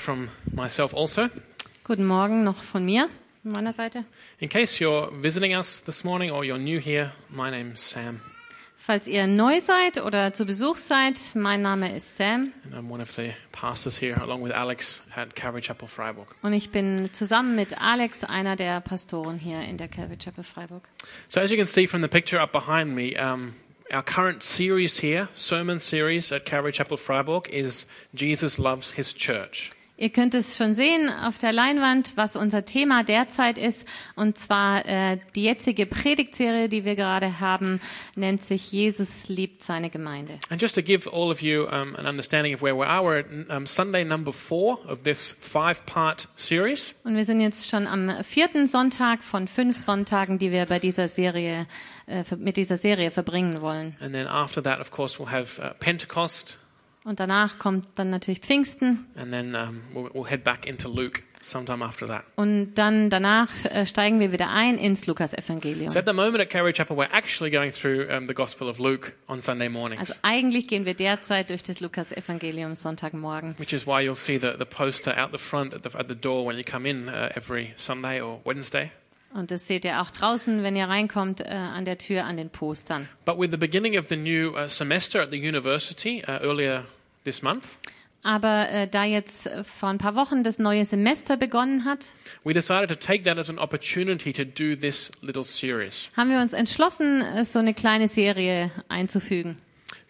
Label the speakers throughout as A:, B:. A: from myself also.
B: Guten Morgen noch von mir, von meiner Seite.
A: In case you're visiting us this morning or you're new here, my name's Sam,
B: Falls ihr neu seid oder zu Besuch seid, mein Name ist Sam
A: and I'm one of the pastors here, along with Alex at Calvary Chapel Freiburg.
B: und ich bin zusammen mit Alex einer der Pastoren hier in der Calvary Chapel Freiburg.
A: So, as you can see from the picture up behind me, um, our current series here, sermon series at Calvary Chapel Freiburg, is Jesus Loves His Church.
B: Ihr könnt es schon sehen auf der Leinwand, was unser Thema derzeit ist. Und zwar äh, die jetzige Predigtserie, die wir gerade haben, nennt sich Jesus liebt seine Gemeinde.
A: And just to give all of you um, an understanding of where we are, we're at um, Sunday number four of this five part series.
B: Und wir sind jetzt schon am vierten Sonntag von fünf Sonntagen, die wir bei dieser Serie, äh, ver- mit dieser Serie verbringen wollen.
A: And then after that, of course, we'll have uh, Pentecost,
B: Und danach kommt dann natürlich Pfingsten.
A: and then um, we'll, we'll head back into Luke sometime after that.
B: Und dann danach äh, steigen wir wieder ein ins Lukas-Evangelium.
A: So at the moment at Calvary Chapel, we're actually going through um, the Gospel of Luke on Sunday mornings,
B: Also eigentlich gehen wir derzeit durch das Lukas-Evangelium Sonntagmorgen.
A: which is why you'll see the, the poster out the front at the, at the door when you come in uh, every Sunday or Wednesday.
B: Und das seht ihr auch draußen, wenn ihr reinkommt, äh, an der Tür, an den Postern.
A: But with the beginning of the new uh, semester at the university uh, earlier this month,
B: Aber äh, da jetzt äh, vor ein paar Wochen das neue Semester begonnen hat,
A: we decided to take that as an opportunity to do this little series,
B: haben wir uns entschlossen, äh, so eine kleine Serie einzufügen.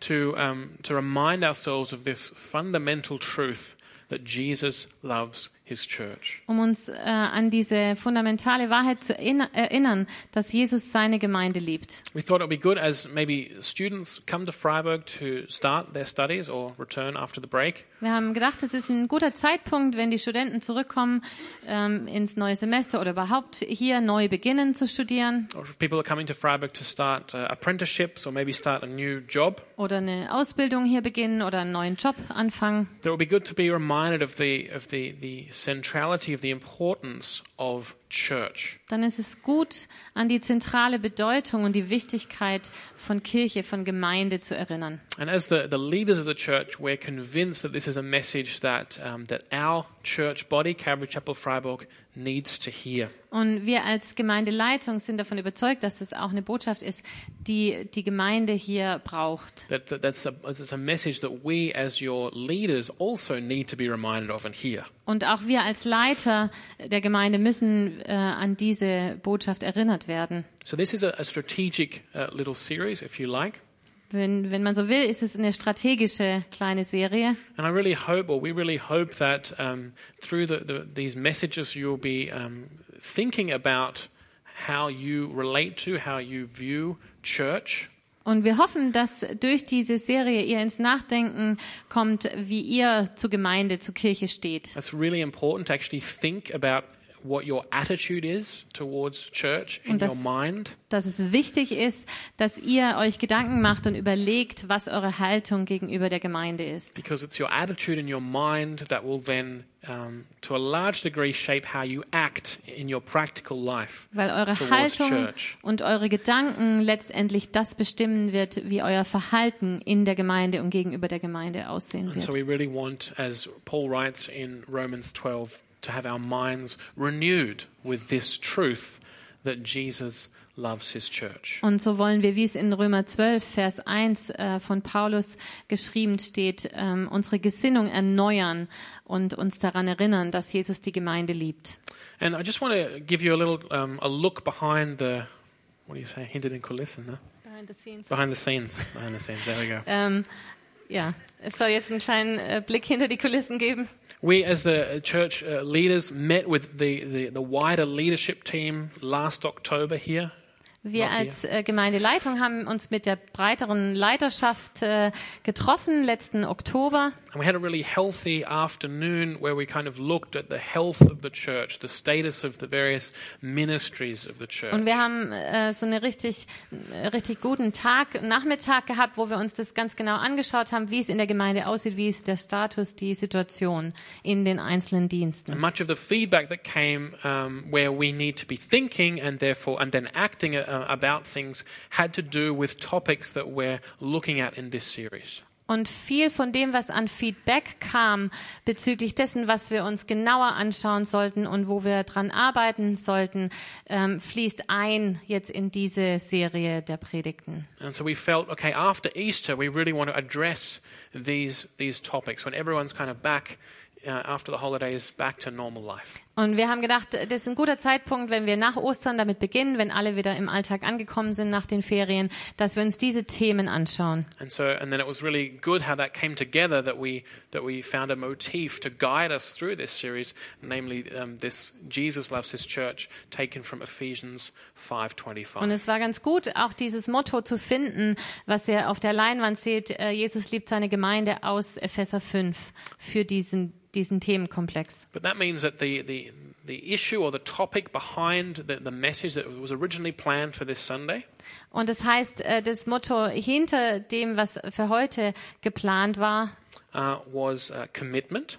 A: to, um, to remind ourselves of this fundamental truth that Jesus loves his church.
B: um uns äh, an diese fundamentale Wahrheit zu in- erinnern, dass Jesus seine Gemeinde liebt.
A: We thought it would be good as maybe students come to Freiburg to start their studies or return after the break.
B: Wir haben gedacht, es ist ein guter Zeitpunkt, wenn die Studenten zurückkommen ähm, ins neue Semester oder überhaupt hier neu beginnen zu studieren
A: Or if people are coming to Freiburg to start uh, apprenticeships or maybe start a new job,
B: oder eine Ausbildung hier beginnen oder einen neuen Job anfangen.
A: that it would be good to be reminded of the, of the, the centrality of the importance of church.
B: Dann ist es gut, an die zentrale Bedeutung und die Wichtigkeit von Kirche, von Gemeinde zu erinnern.
A: And as the, the leaders of the church, we're convinced that this is a message that, um, that our church body, Calvary Chapel Freiburg, needs to hear.
B: Und wir als Gemeindeleitung sind davon überzeugt, dass das auch eine Botschaft ist, die die Gemeinde hier braucht.
A: That, that, that's, a, that's a message that we, as your leaders, also need to be reminded of and hear.
B: Und auch wir als Leiter der Gemeinde müssen äh, an diese Botschaft erinnert werden.
A: So this is a, a strategic uh, little series, if you like,
B: Wenn, wenn man so will, ist es eine strategische kleine Serie.
A: and I really hope, or we really hope that um, through the, the, these messages you'll be um, thinking about how you relate to, how you view church,
B: Und wir hoffen, dass durch diese Serie ihr ins Nachdenken kommt, wie ihr zur Gemeinde, zur Kirche steht.
A: That's really important to actually think about what your attitude is towards church in
B: Und das-
A: your mind.
B: Dass es wichtig ist, dass ihr euch Gedanken macht und überlegt, was eure Haltung gegenüber der Gemeinde ist.
A: Because it's your attitude in your mind that will then, um, to a large degree, shape how you act in your practical life.
B: Weil eure
A: towards
B: Haltung
A: church.
B: und eure Gedanken letztendlich das bestimmen wird, wie euer Verhalten in der Gemeinde und gegenüber der Gemeinde aussehen
A: And so
B: wird.
A: we really want, as Paul writes in Romans 12, to have our minds renewed with this truth that Jesus loves his church.
B: Und so wollen wir, wie es in Römer 12, Vers 1 äh, von Paulus geschrieben steht, ähm, unsere Gesinnung erneuern und uns daran erinnern, dass Jesus die Gemeinde liebt.
A: And I just want to give you a little um, a look behind the what do you say hinted in kulissen, huh? behind the scenes, behind the scenes. There we go.
B: Ähm, ja, es soll jetzt einen kleinen äh, Blick hinter die Kulissen geben.
A: We, as the uh, church uh, leaders, met with the, the, the wider leadership team last October here
B: Wir
A: Noch
B: als äh, Gemeindeleitung haben uns mit der breiteren Leiterschaft äh, getroffen letzten Oktober
A: And we had a really healthy afternoon where we kind of looked at the health of the church, the status of the various ministries of the
B: und
A: church.
B: wir haben äh, so einen richtig, äh, richtig guten Tag, Nachmittag gehabt, wo wir uns das ganz genau angeschaut haben, wie es in der Gemeinde aussieht, wie ist der Status, die Situation in den einzelnen Diensten.
A: And much of the feedback that came um, where we need to be thinking and therefore and then acting uh, about things had to do with topics that we're looking at in this series.
B: Und viel von dem, was an Feedback kam bezüglich dessen, was wir uns genauer anschauen sollten und wo wir dran arbeiten sollten, ähm, fließt ein jetzt in diese Serie der Predigten.
A: And so we felt, okay, after Easter, we really want to address these, these topics when everyone's kind of back uh, after the holidays, back to normal life.
B: Und wir haben gedacht, das ist ein guter Zeitpunkt, wenn wir nach Ostern damit beginnen, wenn alle wieder im Alltag angekommen sind nach den Ferien, dass wir uns diese Themen anschauen.
A: And so, and then it was really good how that came together that we, that we found a motif to guide us through this series, namely um, this Jesus loves his church, taken from Ephesians
B: Und
A: 5.25.
B: es war ganz gut, auch dieses Motto zu finden, was ihr auf der Leinwand seht, äh, Jesus liebt seine Gemeinde aus Epheser 5 für diesen, diesen Themenkomplex.
A: But that means that the, the, the issue or the topic behind the, the message that was originally planned for this Sunday
B: Und das heißt, äh, das Motto hinter dem, was für heute geplant war,
A: uh, was uh, commitment.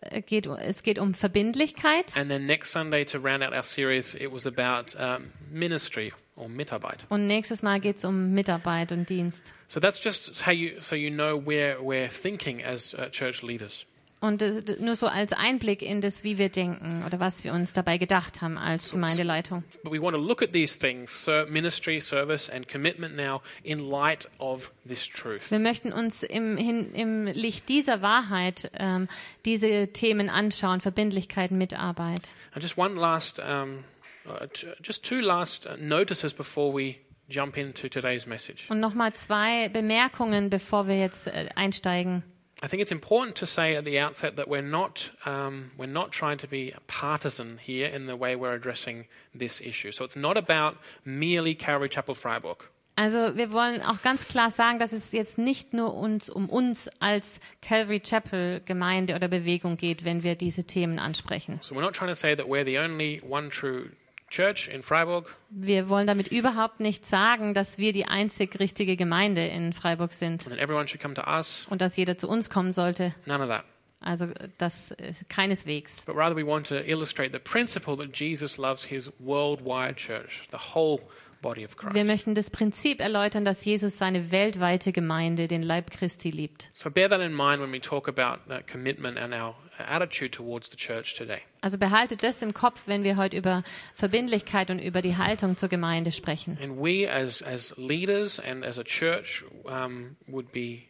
B: äh, geht, es geht um Verbindlichkeit.
A: And then next Sunday, to round out our series, it was about um, ministry or Mitarbeit.
B: Und nächstes Mal geht es um Mitarbeit und Dienst.
A: So that's just how you, so you know where we're thinking as uh, church leaders.
B: Und das, das- nur so als Einblick in das, wie wir denken oder was wir uns dabei gedacht haben als Gemeindeleitung.
A: But we want to look at these things, so ministry, service, and commitment now in light of this truth.
B: Wir möchten uns im, hin, im Licht dieser Wahrheit ähm, diese Themen anschauen, Verbindlichkeit, Mitarbeit.
A: And just one last, um, uh, t- just two last uh, notices before we jump into today's message.
B: Und nochmal zwei Bemerkungen, bevor wir jetzt äh, einsteigen.
A: I think it's important to say at the outset that we're not, um, we're not trying to be partisan here in the way we're addressing this issue. So it's not about merely Calvary Chapel Freiburg.
B: Also wir wollen auch ganz klar sagen, dass es jetzt nicht nur uns um uns als Calvary Chapel Gemeinde oder Bewegung geht, wenn wir diese Themen ansprechen.
A: So we're not trying to say that we're the only one true church in Freiburg.
B: Wir wollen damit überhaupt nicht sagen, dass wir die einzig richtige Gemeinde in Freiburg sind
A: and that everyone should come to us.
B: und dass jeder zu uns kommen sollte.
A: None of that.
B: Also das äh, keineswegs.
A: But rather, we want to illustrate the principle that Jesus loves his worldwide church, the whole body of
B: Wir
A: Christ.
B: möchten das Prinzip erläutern, dass Jesus seine weltweite Gemeinde, den Leib Christi, liebt.
A: So bear that in mind when we talk about uh, commitment and our attitude towards the church today.
B: Also behaltet das im Kopf, wenn wir heute über Verbindlichkeit und über die Haltung zur Gemeinde sprechen.
A: And we, as, as leaders and as a church, um, would, be,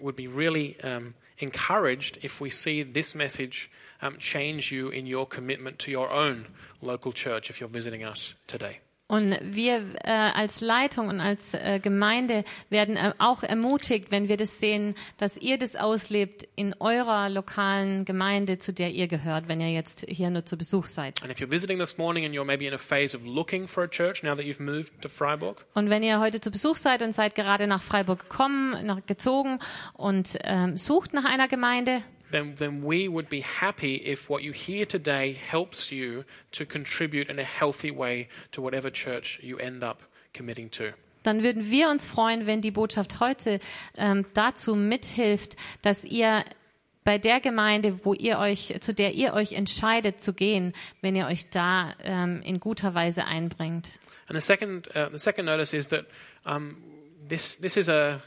A: would be really um, encouraged if we see this message um, change you in your commitment to your own local church if you're visiting us today.
B: Und wir äh, als Leitung und als äh, Gemeinde werden äh, auch ermutigt, wenn wir das sehen, dass ihr das auslebt in eurer lokalen Gemeinde, zu der ihr gehört, wenn ihr jetzt hier nur zu Besuch seid.
A: And if you're visiting this morning and you're maybe in a phase of looking for a church now that you've moved to Freiburg,
B: Und wenn ihr heute zu Besuch seid und seid gerade nach Freiburg gekommen, nach, gezogen und ähm, sucht nach einer Gemeinde,
A: then, then we would be happy if what you hear today helps you to contribute in a healthy way to whatever church you end up committing to.
B: dann würden wir uns freuen, wenn die Botschaft heute ähm, dazu mithilft, dass ihr bei der Gemeinde, wo ihr euch, zu der ihr euch entscheidet zu gehen, wenn ihr euch da ähm, in guter Weise einbringt.
A: And the second, uh, the second notice is that um, this, this is a,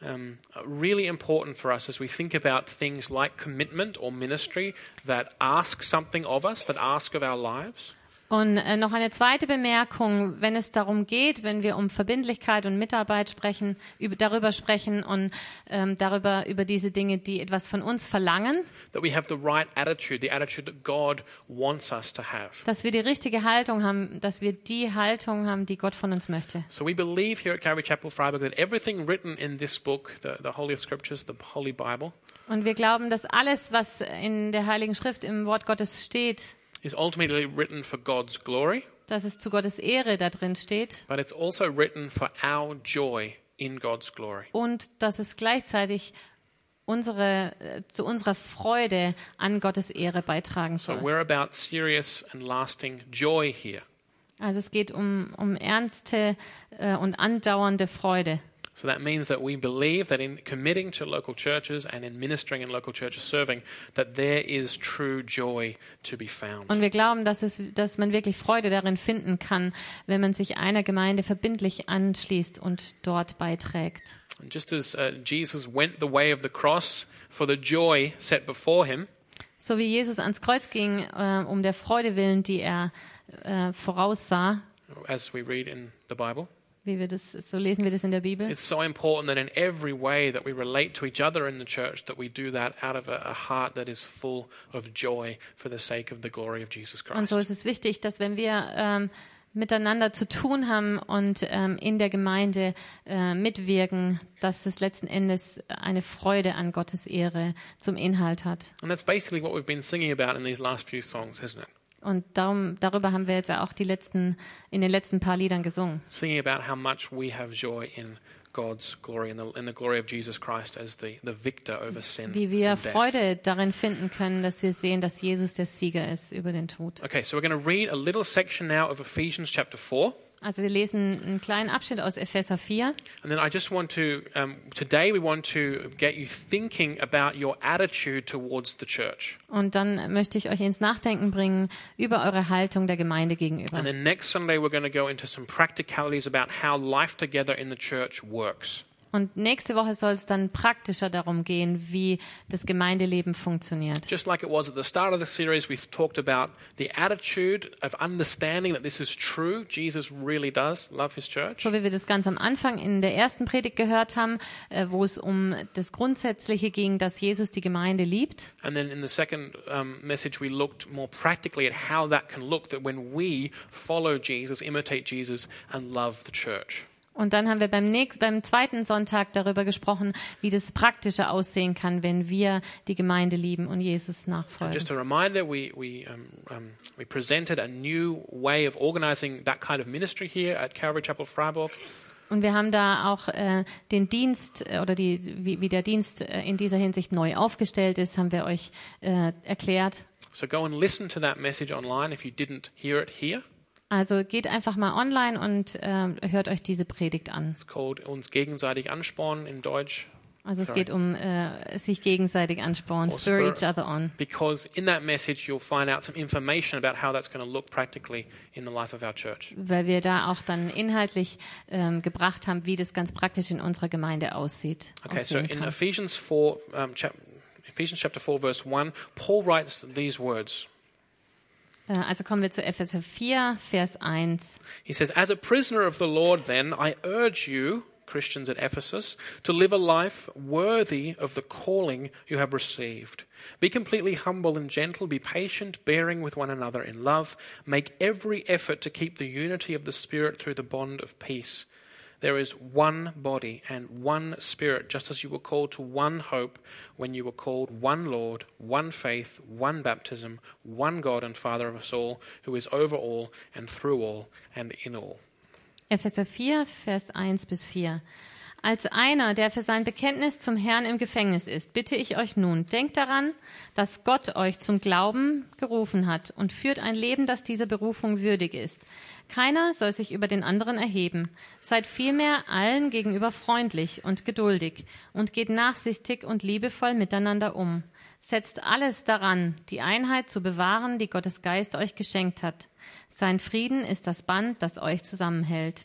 A: um, really important for us as we think about things like commitment or ministry that ask something of us, that ask of our lives.
B: Und äh, noch eine zweite Bemerkung, wenn es darum geht, wenn wir um Verbindlichkeit und Mitarbeit sprechen, über, darüber sprechen und ähm, darüber über diese Dinge, die etwas von uns verlangen,
A: That we have the right attitude, the attitude that God wants us to have.
B: dass wir die richtige Haltung haben, dass wir die Haltung haben, die Gott von uns möchte.
A: So we believe here at Calvary Chapel Freiburg that everything written in this book, the, the Holy Scriptures, the Holy Bible,
B: Und wir glauben, dass alles, was in der Heiligen Schrift im Wort Gottes steht,
A: is ultimately written for God's glory,
B: dass es zu Gottes Ehre da drin steht
A: but it's also written for our joy in God's glory.
B: und dass es gleichzeitig unsere, äh, zu unserer Freude an Gottes Ehre beitragen
A: So
B: soll.
A: we're about serious and lasting joy here.
B: Also es geht um, um ernste äh, und andauernde Freude.
A: So that means that we believe that in committing to local churches and in ministering in local churches serving, that there is true joy to be found.
B: Und wir glauben, dass, es, dass man wirklich Freude darin finden kann, wenn man sich einer Gemeinde verbindlich anschließt und dort beiträgt.
A: And just as uh, Jesus went the way of the cross for the joy set before him,
B: So wie Jesus ans Kreuz ging, äh, um der Freude willen, die er äh, voraussah,
A: as we read in the Bible,
B: wie wir das, so lesen wir das in der Bibel.
A: it's so important that in every way that we relate to each other in the church, that we do that out of a, a heart that is full of joy for the sake of the glory of Jesus
B: Und
A: Christ.
B: so ist es wichtig, dass wenn wir ähm, miteinander zu tun haben und ähm, in der Gemeinde äh, mitwirken, dass es letzten Endes eine Freude an Gottes Ehre zum Inhalt hat.
A: And that's basically what we've been singing about in these last few songs, isn't it?
B: Und darum, darüber haben wir jetzt ja auch die letzten, in den letzten paar Liedern gesungen.
A: Singing about how much we have joy in God's glory, in the, in the glory of Jesus Christ as the, the victor over sin.
B: Wie wir
A: and death.
B: Freude darin finden können, dass wir sehen, dass Jesus der Sieger ist über den Tod.
A: Okay, so we're going to read a little section now of Ephesians chapter 4.
B: Also wir lesen einen kleinen Abschnitt aus Epheser 4.
A: And then I just want to, um, today we want to get you thinking about your attitude towards the church.
B: Und dann möchte ich euch ins Nachdenken bringen über eure Haltung der Gemeinde gegenüber.
A: And then next Sunday we're going to go into some practicalities about how life together in the church works.
B: Und nächste Woche soll es dann praktischer darum gehen, wie das Gemeindeleben funktioniert.
A: Just like it was at the start of the series, we've talked about the attitude of understanding that this is true. Jesus really does love his church.
B: So wie wir das ganz am Anfang in der ersten Predigt gehört haben, äh, wo es um das Grundsätzliche ging, dass Jesus die Gemeinde liebt.
A: And then in the second um, message, we looked more practically at how that can look that when we follow Jesus, imitate Jesus, and love the church.
B: Und dann haben wir beim, nächsten, beim zweiten Sonntag darüber gesprochen, wie das praktischer aussehen kann, wenn wir die Gemeinde lieben und Jesus nachfolgen.
A: Just a reminder, we, we, um, um, we presented a new way of organizing that kind of ministry here at Calvary Chapel Freiburg.
B: Und wir haben da auch äh, den Dienst äh, oder die, wie, wie der Dienst äh, in dieser Hinsicht neu aufgestellt ist, haben wir euch äh, erklärt.
A: So go and listen to that message online if you didn't hear it here.
B: Also geht einfach mal online und ähm, hört euch diese Predigt an.
A: It's called Uns gegenseitig anspornen in Deutsch.
B: Also es
A: Sorry.
B: geht um äh, sich gegenseitig anspornen,
A: Or
B: stir
A: spur-
B: each other on.
A: Because in that message, you'll find out some information about how that's going to look practically in the life of our church.
B: Weil wir da auch dann inhaltlich ähm, gebracht haben, wie das ganz praktisch in unserer Gemeinde aussieht.
A: Okay, so
B: aussehen
A: in
B: kann.
A: Ephesians 4, um, chap- Ephesians chapter 4, verse 1, Paul writes these words.
B: Äh, also kommen wir zu Epheser 4, Vers 1.
A: He says, As a prisoner of the Lord, then, I urge you, Christians at Ephesus, to live a life worthy of the calling you have received. Be completely humble and gentle, be patient, bearing with one another in love. Make every effort to keep the unity of the Spirit through the bond of peace. There is one body and one Spirit, just as you were called to one hope when you were called, one Lord, one faith, one baptism, one God and Father of us all, who is over all and through all and in all.
B: Epheser 4, Vers 1 bis 4. Als einer, der für sein Bekenntnis zum Herrn im Gefängnis ist, bitte ich euch nun, denkt daran, dass Gott euch zum Glauben gerufen hat und führt ein Leben, das dieser Berufung würdig ist. Keiner soll sich über den anderen erheben. Seid vielmehr allen gegenüber freundlich und geduldig und geht nachsichtig und liebevoll miteinander um. Setzt alles daran, die Einheit zu bewahren, die Gottes Geist euch geschenkt hat. Sein Frieden ist das Band, das euch zusammenhält.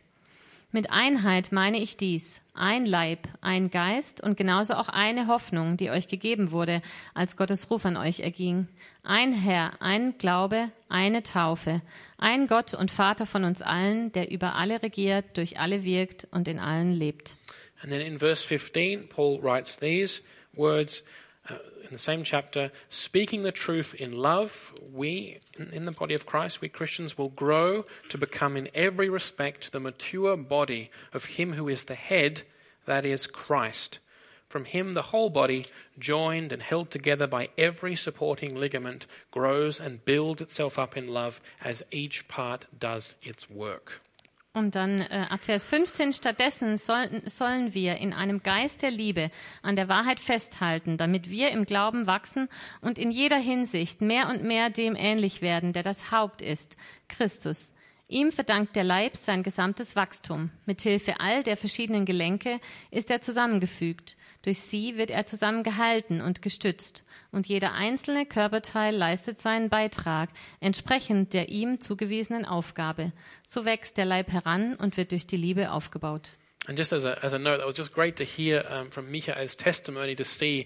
B: Mit Einheit meine ich dies. Ein Leib, ein Geist und genauso auch eine Hoffnung, die euch gegeben wurde, als Gottes Ruf an euch erging. Ein Herr, ein Glaube, eine Taufe. Ein Gott und Vater von uns allen, der über alle regiert, durch alle wirkt und in allen lebt.
A: And then in verse 15, Paul writes these words uh, in the same chapter Speaking the truth in love, we, in- in the body of Christ, we Christians will grow to become in every respect the mature body of Him who is the head, that is Christ. From Him, the whole body, joined and held together by every supporting ligament, grows and builds itself up in love as each part does its work.
B: Und dann äh, ab Vers 15, stattdessen sollten, sollen wir in einem Geist der Liebe an der Wahrheit festhalten, damit wir im Glauben wachsen und in jeder Hinsicht mehr und mehr dem ähnlich werden, der das Haupt ist, Christus. Ihm verdankt der Leib sein gesamtes Wachstum. Mithilfe all der verschiedenen Gelenke ist er zusammengefügt. Durch sie wird er zusammengehalten und gestützt. Und jeder einzelne Körperteil leistet seinen Beitrag, entsprechend der ihm zugewiesenen Aufgabe. So wächst der Leib heran und wird durch die Liebe aufgebaut.
A: And just as a, as a note, that was just great to hear um, from Michael's testimony to see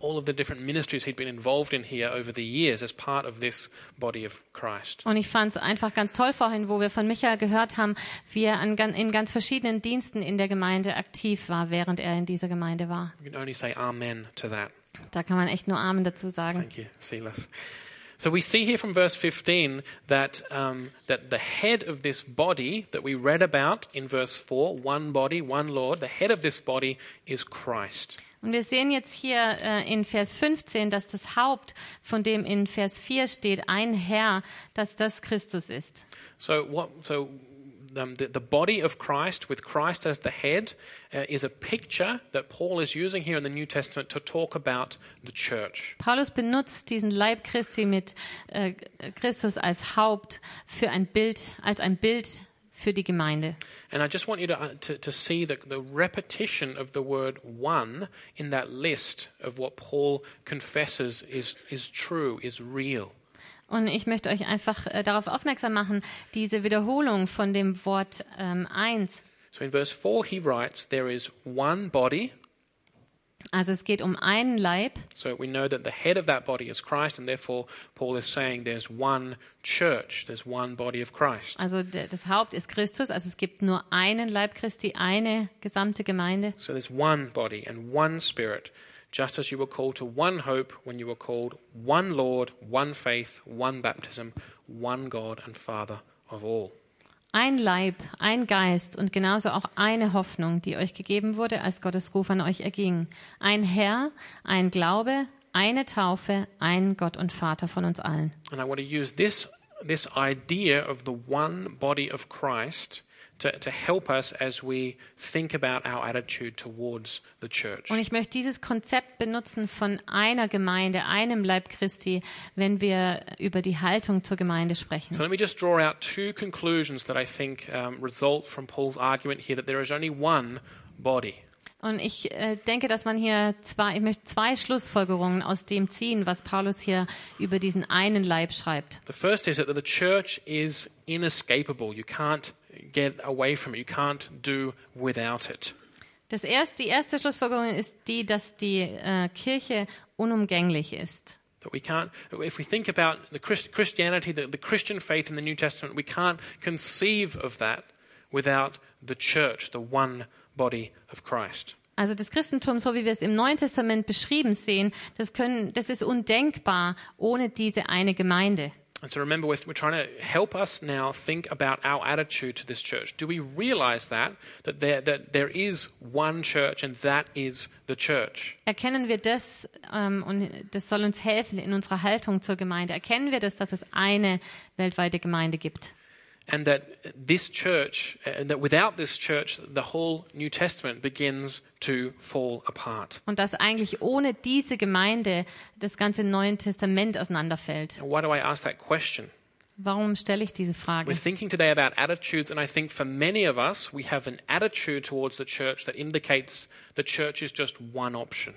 A: all of the different ministries he'd been involved in here over the years as part of this body of Christ.
B: Und ich fand es einfach ganz toll vorhin, wo wir von Michael gehört haben, wie er an, gan- in ganz verschiedenen Diensten in der Gemeinde aktiv war, während er in dieser Gemeinde war.
A: We can only say amen to that.
B: Da kann man echt nur Amen dazu sagen.
A: Thank you, Silas. So we see here from verse 15 that, um, that the head of this body that we read about in verse 4, one body, one Lord, the head of this body is Christ.
B: Und wir sehen jetzt hier äh, in Vers 15, dass das Haupt, von dem in Vers 4 steht, ein Herr, dass das Christus ist.
A: So, what, so um, the, the body of Christ, with Christ as the head, uh, is a picture that Paul is using here in the New Testament to talk about the church.
B: Paulus benutzt diesen Leib Christi mit äh, Christus als Haupt für ein Bild, als ein Bild für die Gemeinde.
A: And I just want you to, uh, to, to see the, the repetition of the word one in that list of what Paul confesses is, is true, is real.
B: Und ich möchte euch einfach äh, darauf aufmerksam machen, diese Wiederholung von dem Wort ähm, eins.
A: So in verse 4, he writes, There is one body.
B: Also es geht um einen Leib.
A: So we know that the head of that body is Christ, and therefore Paul is saying there's one church, there's one body of Christ.
B: Also der, das Haupt ist Christus. Also es gibt nur einen Leib Christi, eine gesamte Gemeinde.
A: So there's one body and one spirit, just as you were called to one hope when you were called, one Lord, one faith, one baptism, one God and Father of all.
B: Ein Leib, ein Geist und genauso auch eine Hoffnung, die euch gegeben wurde, als Gottes Ruf an euch erging. Ein Herr, ein Glaube, eine Taufe, ein Gott und Vater von uns allen.
A: And I want to use this, this idea of the one body of Christ to, to help us as we think about our attitude towards the church.
B: Und ich möchte dieses Konzept benutzen von einer Gemeinde, einem Leib Christi, wenn wir über die Haltung zur Gemeinde sprechen.
A: So let me just draw out two conclusions that I think um, result from Paul's argument here that there is only one body.
B: Und ich äh, denke, dass man hier zwei, ich möchte zwei Schlussfolgerungen aus dem ziehen, was Paulus hier über diesen einen Leib schreibt.
A: The first is that the church is inescapable. You can't get away from it. You can't do without it.
B: Das erste, die erste Schlussfolgerung ist die, dass die äh, Kirche unumgänglich ist.
A: That we can't, if we think about the Christ, Christianity, the, the Christian faith in the New Testament, we can't conceive of that without the church, the one body of Christ.
B: Also das Christentum, so wie wir es im Neuen Testament beschrieben sehen, das, können, das ist undenkbar ohne diese eine Gemeinde.
A: And so remember, we're, we're trying to help us now think about our attitude to this church. Do we realize that, that there, that there is one church and that is the church?
B: Erkennen wir das ähm, und das soll uns helfen in unserer Haltung zur Gemeinde. Erkennen wir das, dass es eine weltweite Gemeinde gibt
A: and that this church, and that without this church, the whole New Testament begins to fall apart.
B: und dass eigentlich ohne diese Gemeinde das ganze Neue Testament auseinanderfällt.
A: Why do I ask that question?
B: Warum stelle ich diese Frage?
A: We're thinking today about attitudes, and I think for many of us, we have an attitude towards the church that indicates the church is just one option.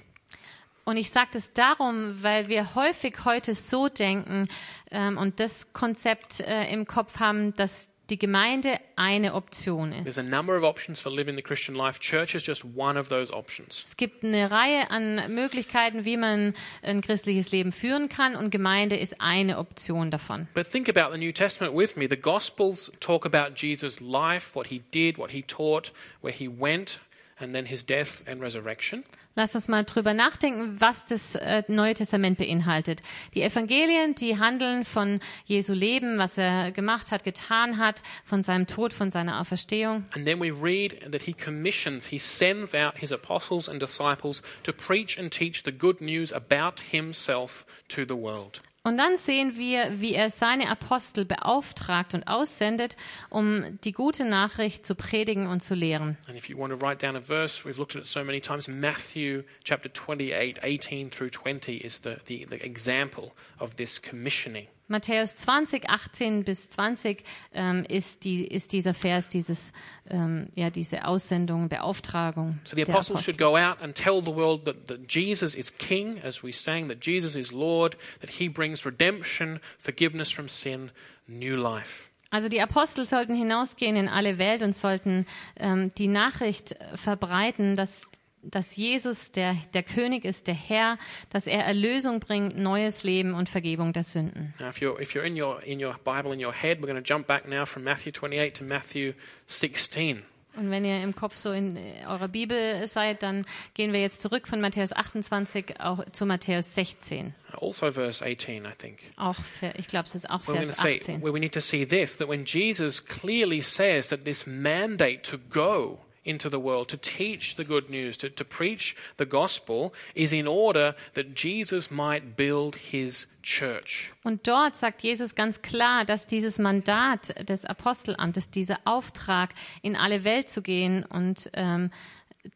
B: Und ich sage das darum, weil wir häufig heute so denken ähm, und das Konzept äh, im Kopf haben, dass die Gemeinde eine Option ist.
A: There's a number of options for living the Christian life. Church is just one of those options.
B: Es gibt eine Reihe an Möglichkeiten, wie man ein christliches Leben führen kann und Gemeinde ist eine Option davon.
A: But think about the New Testament with me. The Gospels talk about Jesus' life, what he did, what he taught, where he went, and then his death and resurrection.
B: Lass uns mal drüber nachdenken, was das äh, Neue Testament beinhaltet. Die Evangelien, die handeln von Jesu Leben, was er gemacht hat, getan hat, von seinem Tod, von seiner Auferstehung.
A: And then we read that he commissions, he sends out his apostles and disciples to preach and teach the good news about himself to the world.
B: Und dann sehen wir, wie er seine Apostel beauftragt und aussendet, um die gute Nachricht zu predigen und zu lehren.
A: And if you want to write down a verse, we've looked at it so many times. Matthew chapter 28, 18 through 20 is the, the, the example of this commissioning.
B: Matthäus 20, 18 bis 20 ähm, ist, die, ist dieser Vers, dieses, ähm, ja, diese Aussendung, Beauftragung.
A: So the
B: der
A: apostles
B: Apostel.
A: should go out and tell the world that, that Jesus is king, as we sang, that Jesus is Lord, that he brings redemption, forgiveness from sin, new life.
B: Also die Apostel sollten hinausgehen in alle Welt und sollten ähm, die Nachricht verbreiten, dass, dass Jesus der, der König ist, der Herr, dass er Erlösung bringt, neues Leben und Vergebung der Sünden.
A: Now, if you're, if you're in, your, in your Bible, in your head, we're going to jump back now from Matthew 28 to Matthew 16.
B: Und wenn ihr im Kopf so in äh, eurer Bibel seid, dann gehen wir jetzt zurück von Matthäus 28 auch zu Matthäus 16.
A: Also, verse 18, I think.
B: Auch Ver- ich glaube, es ist auch
A: We're going to
B: Vers
A: say,
B: 18.
A: where we need to see this that when Jesus clearly says that this mandate to go into the world, to teach the good news, to, to preach the gospel, is in order that Jesus might build his church.
B: Und dort sagt Jesus ganz klar, dass dieses Mandat des Apostelamtes, dieser Auftrag, in alle Welt zu gehen und ähm,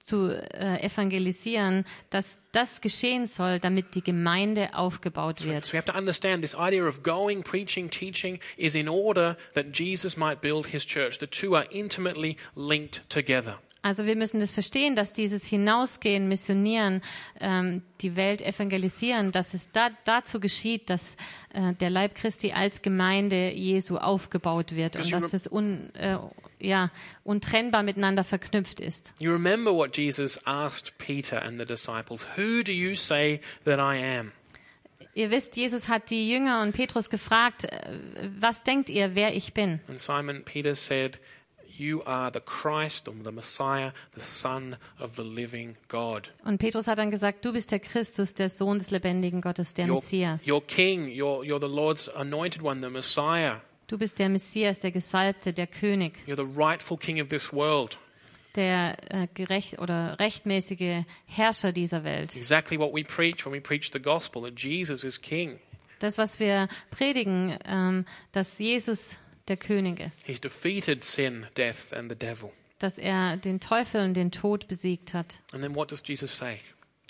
B: zu äh, evangelisieren, dass das geschehen soll, damit die Gemeinde aufgebaut
A: So
B: wird.
A: we have to understand this idea of going, preaching, teaching is in order that Jesus might build his church. The two are intimately linked together.
B: Also wir müssen das verstehen, dass dieses Hinausgehen, Missionieren, ähm, die Welt evangelisieren, dass es da, dazu geschieht, dass äh, der Leib Christi als Gemeinde Jesu aufgebaut wird und
A: Because you
B: dass es un, äh, ja, untrennbar miteinander verknüpft ist.
A: You remember what Jesus asked Peter and the disciples Who do you say that I am?
B: Ihr wisst, Jesus hat die Jünger und Petrus gefragt, äh, was denkt ihr, wer ich bin?
A: And Simon Peter said, You are the Christ, or the Messiah, the Son of the living God.
B: Und Petrus hat dann gesagt, du bist der Christus, der Sohn des lebendigen Gottes, der
A: You're,
B: Messias.
A: you're King, you're, you're the Lord's anointed one, the Messiah.
B: Du bist der Messias, der Gesalbte, der König,
A: You're the rightful King of this world.
B: der äh, gerecht oder rechtmäßige Herrscher dieser Welt.
A: Exactly what we preach when we preach the gospel that Jesus is King.
B: Das, was wir predigen, ähm, dass Jesus der König ist,
A: He's defeated sin, death, and the devil.
B: dass er den Teufel und den Tod besiegt hat.
A: And then what does Jesus say?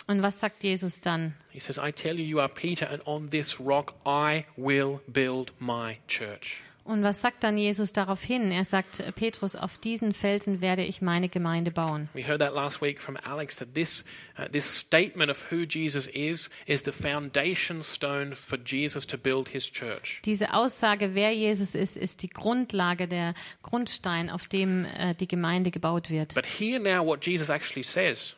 B: Und was sagt Jesus dann?
A: He says, I tell you, you are Peter, and on this rock I will build my church.
B: Und was sagt dann Jesus daraufhin? Er sagt, Petrus, auf diesen Felsen werde ich meine Gemeinde bauen.
A: We heard that last week from Alex that this, uh, this statement of who Jesus is is the foundation stone for Jesus to build his church.
B: Diese Aussage, wer Jesus ist, ist die Grundlage, der Grundstein, auf dem äh, die Gemeinde gebaut wird.
A: But hear now what Jesus actually says.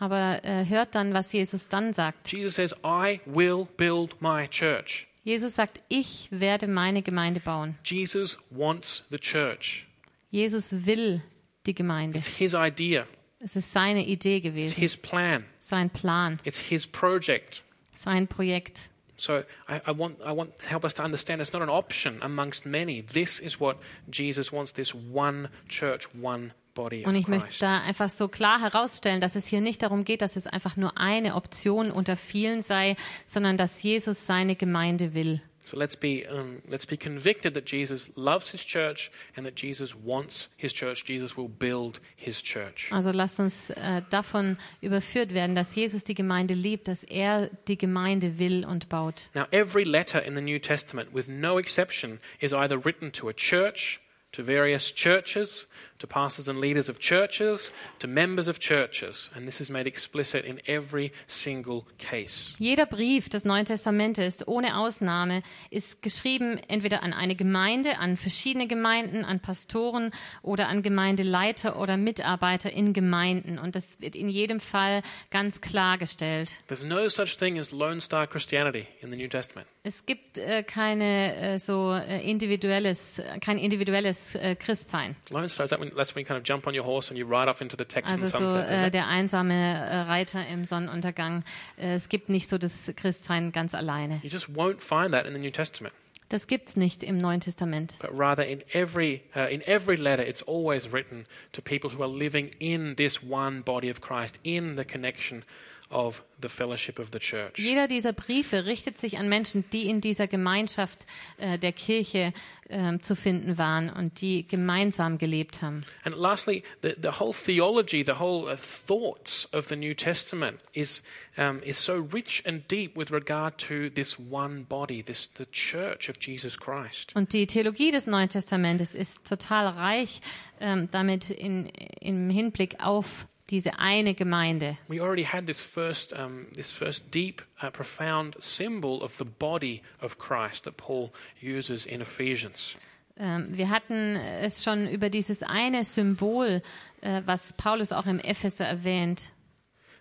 B: Aber äh, hört dann, was Jesus dann sagt.
A: Jesus says, I will build my church.
B: Jesus sagt, ich werde meine Gemeinde bauen.
A: Jesus wants the church.
B: Jesus will die Gemeinde.
A: It's his idea,
B: Es ist seine Idee
A: it's
B: gewesen,
A: his plan,
B: sein Plan,
A: it's his project.
B: sein Projekt.
A: So I, I, want, I want to help us to understand it's not an option amongst many. This is what Jesus wants this one church, one body of
B: Und ich möchte
A: Christ.
B: da einfach so klar herausstellen, dass es hier nicht darum geht, dass es einfach nur eine Option unter vielen sei, sondern dass Jesus seine Gemeinde will.
A: So let's be, um, let's be convicted that Jesus loves his church and that Jesus wants his church. Jesus will build his church.
B: Also lasst uns äh, davon überführt werden, dass Jesus die Gemeinde liebt, dass er die Gemeinde will und baut.
A: Now, every letter in the New Testament, with no exception, is either written to a church, to various churches, to pastors and leaders of churches, to members of churches. And this is made explicit in every single case.
B: Jeder Brief des Neuen Testamentes ist ohne Ausnahme ist geschrieben entweder an eine Gemeinde, an verschiedene Gemeinden, an Pastoren oder an Gemeindeleiter oder Mitarbeiter in Gemeinden. Und das wird in jedem Fall ganz klargestellt.
A: There's no such thing as Lone Star Christianity in the New Testament.
B: Es gibt äh, keine äh, so äh, individuelles, äh, kein individuelles äh, Christsein.
A: Lone Star is that when, that's when you kind of jump on your horse and you ride off into the Texan
B: Also so
A: sunset.
B: äh, der einsame äh, Reiter im Sonnenuntergang. Äh, es gibt nicht so das Christsein ganz alleine.
A: you just won't find that in the New Testament.
B: Das gibt's nicht im Neuen Testament.
A: but rather in every uh, in every letter it's always written to people who are living in this one body of Christ in the connection of the fellowship of the church
B: Jeder dieser Briefe richtet sich an Menschen, die in dieser Gemeinschaft äh, der Kirche ähm, zu finden waren und die gemeinsam gelebt haben.
A: and lastly the, the whole theology the whole uh, thoughts of the new testament is um, is so rich and deep with regard to this one body this the church of Jesus Christ
B: Und die Theologie des Neuen Testamentes ist total reich ähm, damit in, im Hinblick auf diese eine Gemeinde.
A: we already had this first, um, this first deep, uh, profound symbol of the body of Christ that Paul uses in Ephesians.
B: Ähm, wir hatten es schon über dieses eine Symbol, äh, was Paulus auch im Epheser erwähnt.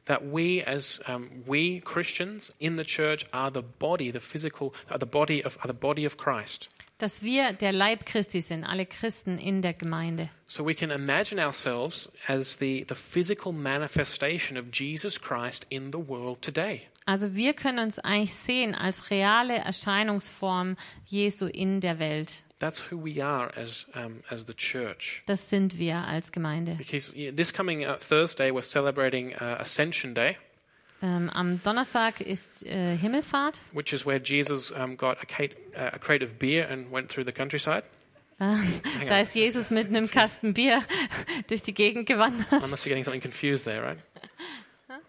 A: that we as um, we Christians in the church are the body, the physical, are the body of are the body of Christ.
B: dass wir der Leib Christi sind, alle Christen in der Gemeinde.
A: So we can imagine ourselves as the, the physical manifestation of Jesus Christ in the world today.
B: Also wir können uns eigentlich sehen als reale Erscheinungsform Jesu in der Welt.
A: That's who we are as um, as the church.
B: Das sind wir als Gemeinde.
A: Because yeah, this coming uh, Thursday we're celebrating uh, Ascension Day,
B: Ähm, am Donnerstag ist äh, Himmelfahrt.
A: which is where Jesus um, got a crate, uh, a crate of beer and went through the countryside.
B: Ähm, da ist Jesus mit einem Kasten Bier durch die Gegend
A: I
B: gewandert.
A: must be getting something confused there, right?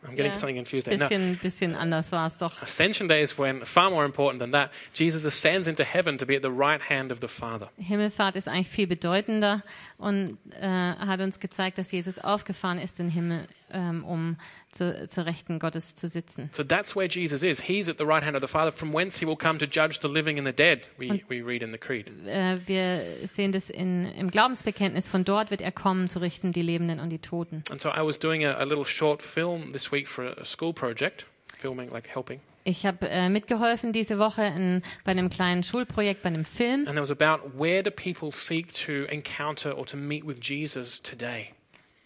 A: I'm getting
B: Yeah.
A: something confused there. No,
B: Bisschen, bisschen anders war es doch.
A: Ascension Day is when, far more important than that, Jesus ascends into heaven to be at the right hand of the Father.
B: Himmelfahrt ist eigentlich viel bedeutender und äh, hat uns gezeigt, dass Jesus aufgefahren ist in den Himmel, ähm, um zu, zur Rechten Gottes zu sitzen.
A: So that's where Jesus is. He's at the right hand of the Father, from whence he will come to judge the living and the dead, we, we read in the Creed.
B: äh, wir sehen das in, im Glaubensbekenntnis, von dort wird er kommen, zu richten die Lebenden und die Toten.
A: And so I was doing a, a little short film this week for a school project, filming, like helping.
B: Ich habe äh, mitgeholfen diese Woche in, bei einem kleinen Schulprojekt, bei einem Film.
A: And it was about where do people seek to encounter or to meet with Jesus today?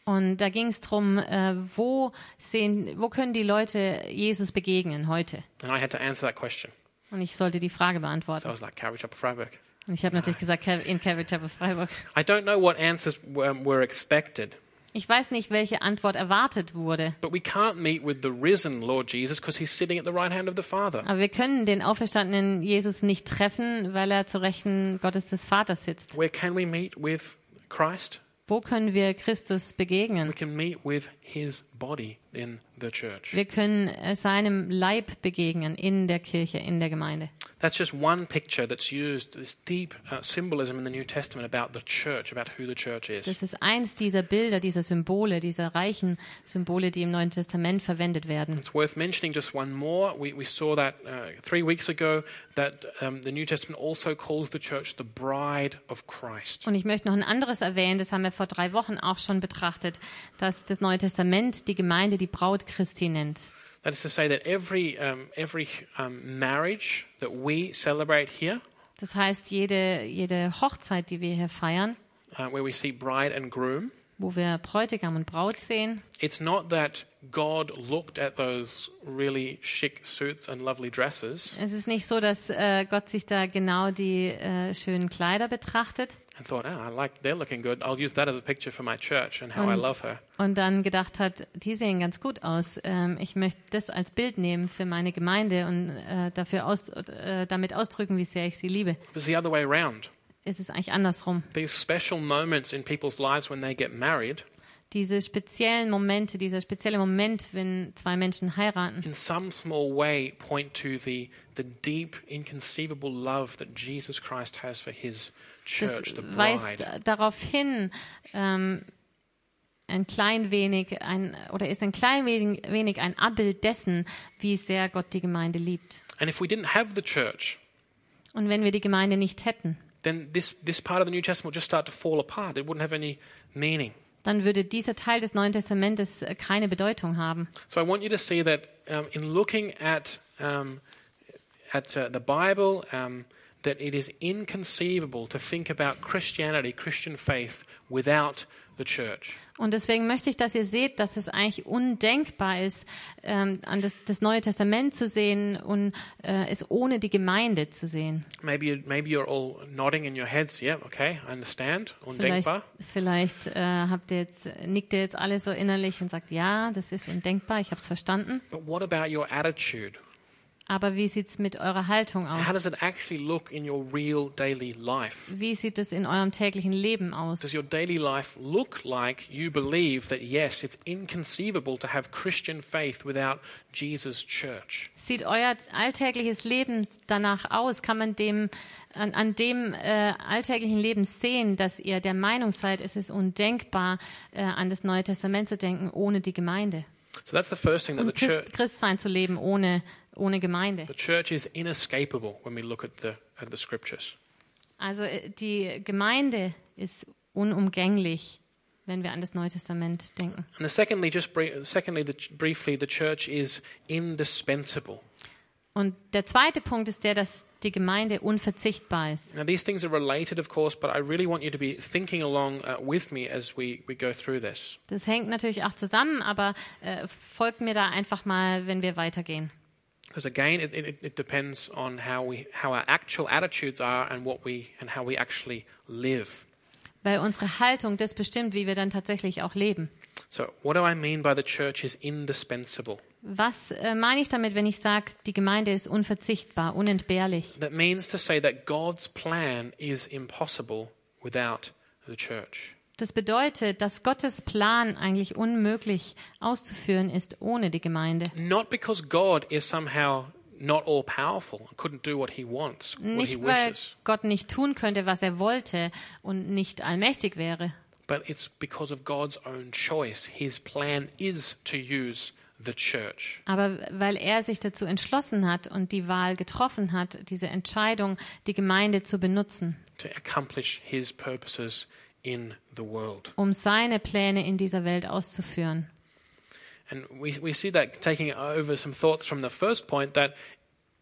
B: Und da ging es darum, äh, wo, sehen, wo können die Leute Jesus begegnen heute?
A: And I had to answer that question.
B: Und ich sollte die Frage
A: So I
B: beantworten.
A: was like, Calvary Chapel Freiburg.
B: Und ich habe natürlich gesagt, Cal- in Calvary Chapel Freiburg.
A: I don't know what answers um, were expected.
B: Ich weiß nicht, welche Antwort erwartet wurde.
A: But we can't meet with the risen Lord Jesus because he's sitting at the right hand of the Father.
B: Aber wir können den auferstandenen Jesus nicht treffen, weil er zur Rechten Gottes des Vaters sitzt.
A: Where can we meet with Christ?
B: Wo können wir Christus begegnen?
A: We can meet with his body in the church.
B: Wir können äh, seinem Leib begegnen in der Kirche, in der Gemeinde.
A: That's just one picture that's used, this deep uh, symbolism in the New Testament about the church, about who the church is.
B: Das ist eins dieser Bilder, dieser Symbole, dieser reichen Symbole, die im Neuen Testament verwendet werden.
A: It's worth mentioning just one more. We, we saw that uh, three weeks ago that um, the New Testament also calls the church the bride of Christ.
B: Und ich möchte noch ein anderes erwähnen, das haben wir vor drei Wochen auch schon betrachtet, dass das Neue Testament die Gemeinde die Braut Christi nennt.
A: That is to say that every, um, every um, marriage that we celebrate here
B: Das heißt, jede, jede Hochzeit, die wir hier feiern,
A: uh, where we see bride and groom.
B: wo wir Bräutigam und Braut sehen,
A: It's not that God looked at those really chic suits and lovely dresses
B: es ist nicht so, dass äh, Gott sich da genau die äh, schönen Kleider betrachtet,
A: and thought, ah, I like they're looking good. I'll use that as a picture for my church and how I
B: Und-
A: love her.
B: und dann gedacht hat, die sehen ganz gut aus. Ähm, ich möchte das als Bild nehmen für meine Gemeinde und äh, dafür aus, äh, damit ausdrücken, wie sehr ich sie liebe.
A: It's the other way around.
B: Es ist eigentlich andersrum.
A: These special moments in people's lives when they get married,
B: Diese speziellen Momente, dieser spezielle Moment, wenn zwei Menschen heiraten,
A: in some small way, point to the the deep, inconceivable love that Jesus Christ has for His
B: das
A: church, the
B: weist
A: bride.
B: darauf hin, ähm, ein klein wenig ein oder ist ein klein wenig, wenig ein Abbild dessen, wie sehr Gott die Gemeinde liebt.
A: And if we didn't have the church,
B: Und wenn wir die Gemeinde nicht hätten,
A: then this this part of the New Testament would just start to fall apart. It wouldn't have any meaning.
B: dann würde dieser Teil des Neuen Testamentes äh, keine Bedeutung haben.
A: So I want you to see that um, in looking at um, at uh, the Bible, um, that it is inconceivable to think about Christianity, Christian faith, without the church.
B: Und deswegen möchte ich, dass ihr seht, dass es eigentlich undenkbar ist, ähm, an das, das Neue Testament zu sehen und äh, es ohne die Gemeinde zu sehen.
A: Maybe you, maybe you're all nodding in your heads. Yeah, okay, I understand.
B: Vielleicht,
A: Undenkbar.
B: vielleicht äh, habt ihr jetzt, nickt ihr jetzt alle so innerlich und sagt, ja, das ist undenkbar, ich habe es verstanden.
A: But what about your attitude?
B: Aber wie sieht's mit eurer Haltung
A: How
B: aus?
A: does it actually look in your real daily life?
B: Wie sieht es in eurem täglichen Leben aus?
A: Does your daily life look like you believe that yes, it's inconceivable to have Christian faith without Jesus' church?
B: Sieht euer alltägliches Leben danach aus? Kann man dem, an, an dem äh, alltäglichen Leben sehen, dass ihr der Meinung seid, es ist undenkbar, äh, an das Neue Testament zu denken, ohne die Gemeinde?
A: So that's the first thing that the
B: Und
A: church
B: Christ, Christsein zu leben ohne, ohne Gemeinde.
A: the church is inescapable when we look at the at the scriptures.
B: Also äh, die Gemeinde ist unumgänglich, wenn wir an das Neue Testament denken.
A: And the secondly, just bri- secondly, the, ch- briefly, the church is indispensable.
B: Und der zweite Punkt ist der, dass die Gemeinde unverzichtbar ist.
A: Now, these things are related, of course, but I really want you to be thinking along uh, with me as we, we go through this.
B: Das hängt natürlich auch zusammen, aber äh, folgt mir da einfach mal, wenn wir weitergehen.
A: Because again, it, it, it depends on how, we, how our actual attitudes are and, what we, and how we actually live.
B: Weil unsere Haltung das bestimmt, wie wir dann tatsächlich auch leben.
A: So, what do I mean by the church is indispensable?
B: Was äh, meine ich damit, wenn ich sage, die Gemeinde ist unverzichtbar, unentbehrlich?
A: That means to say that God's plan is impossible without the church.
B: Das bedeutet, dass Gottes Plan eigentlich unmöglich auszuführen ist ohne die Gemeinde.
A: Not because God is somehow not all powerful and couldn't do what he wants, what he
B: Nicht, weil
A: wishes,
B: Gott nicht tun könnte, was er wollte und nicht allmächtig wäre,
A: but it's because of God's own choice. His plan is to use the church.
B: aber weil er sich dazu entschlossen hat und die Wahl getroffen hat, diese Entscheidung, die Gemeinde zu benutzen,
A: to accomplish his purposes in the world.
B: um seine Pläne in dieser Welt auszuführen.
A: And we, we see that taking over some thoughts from the first point that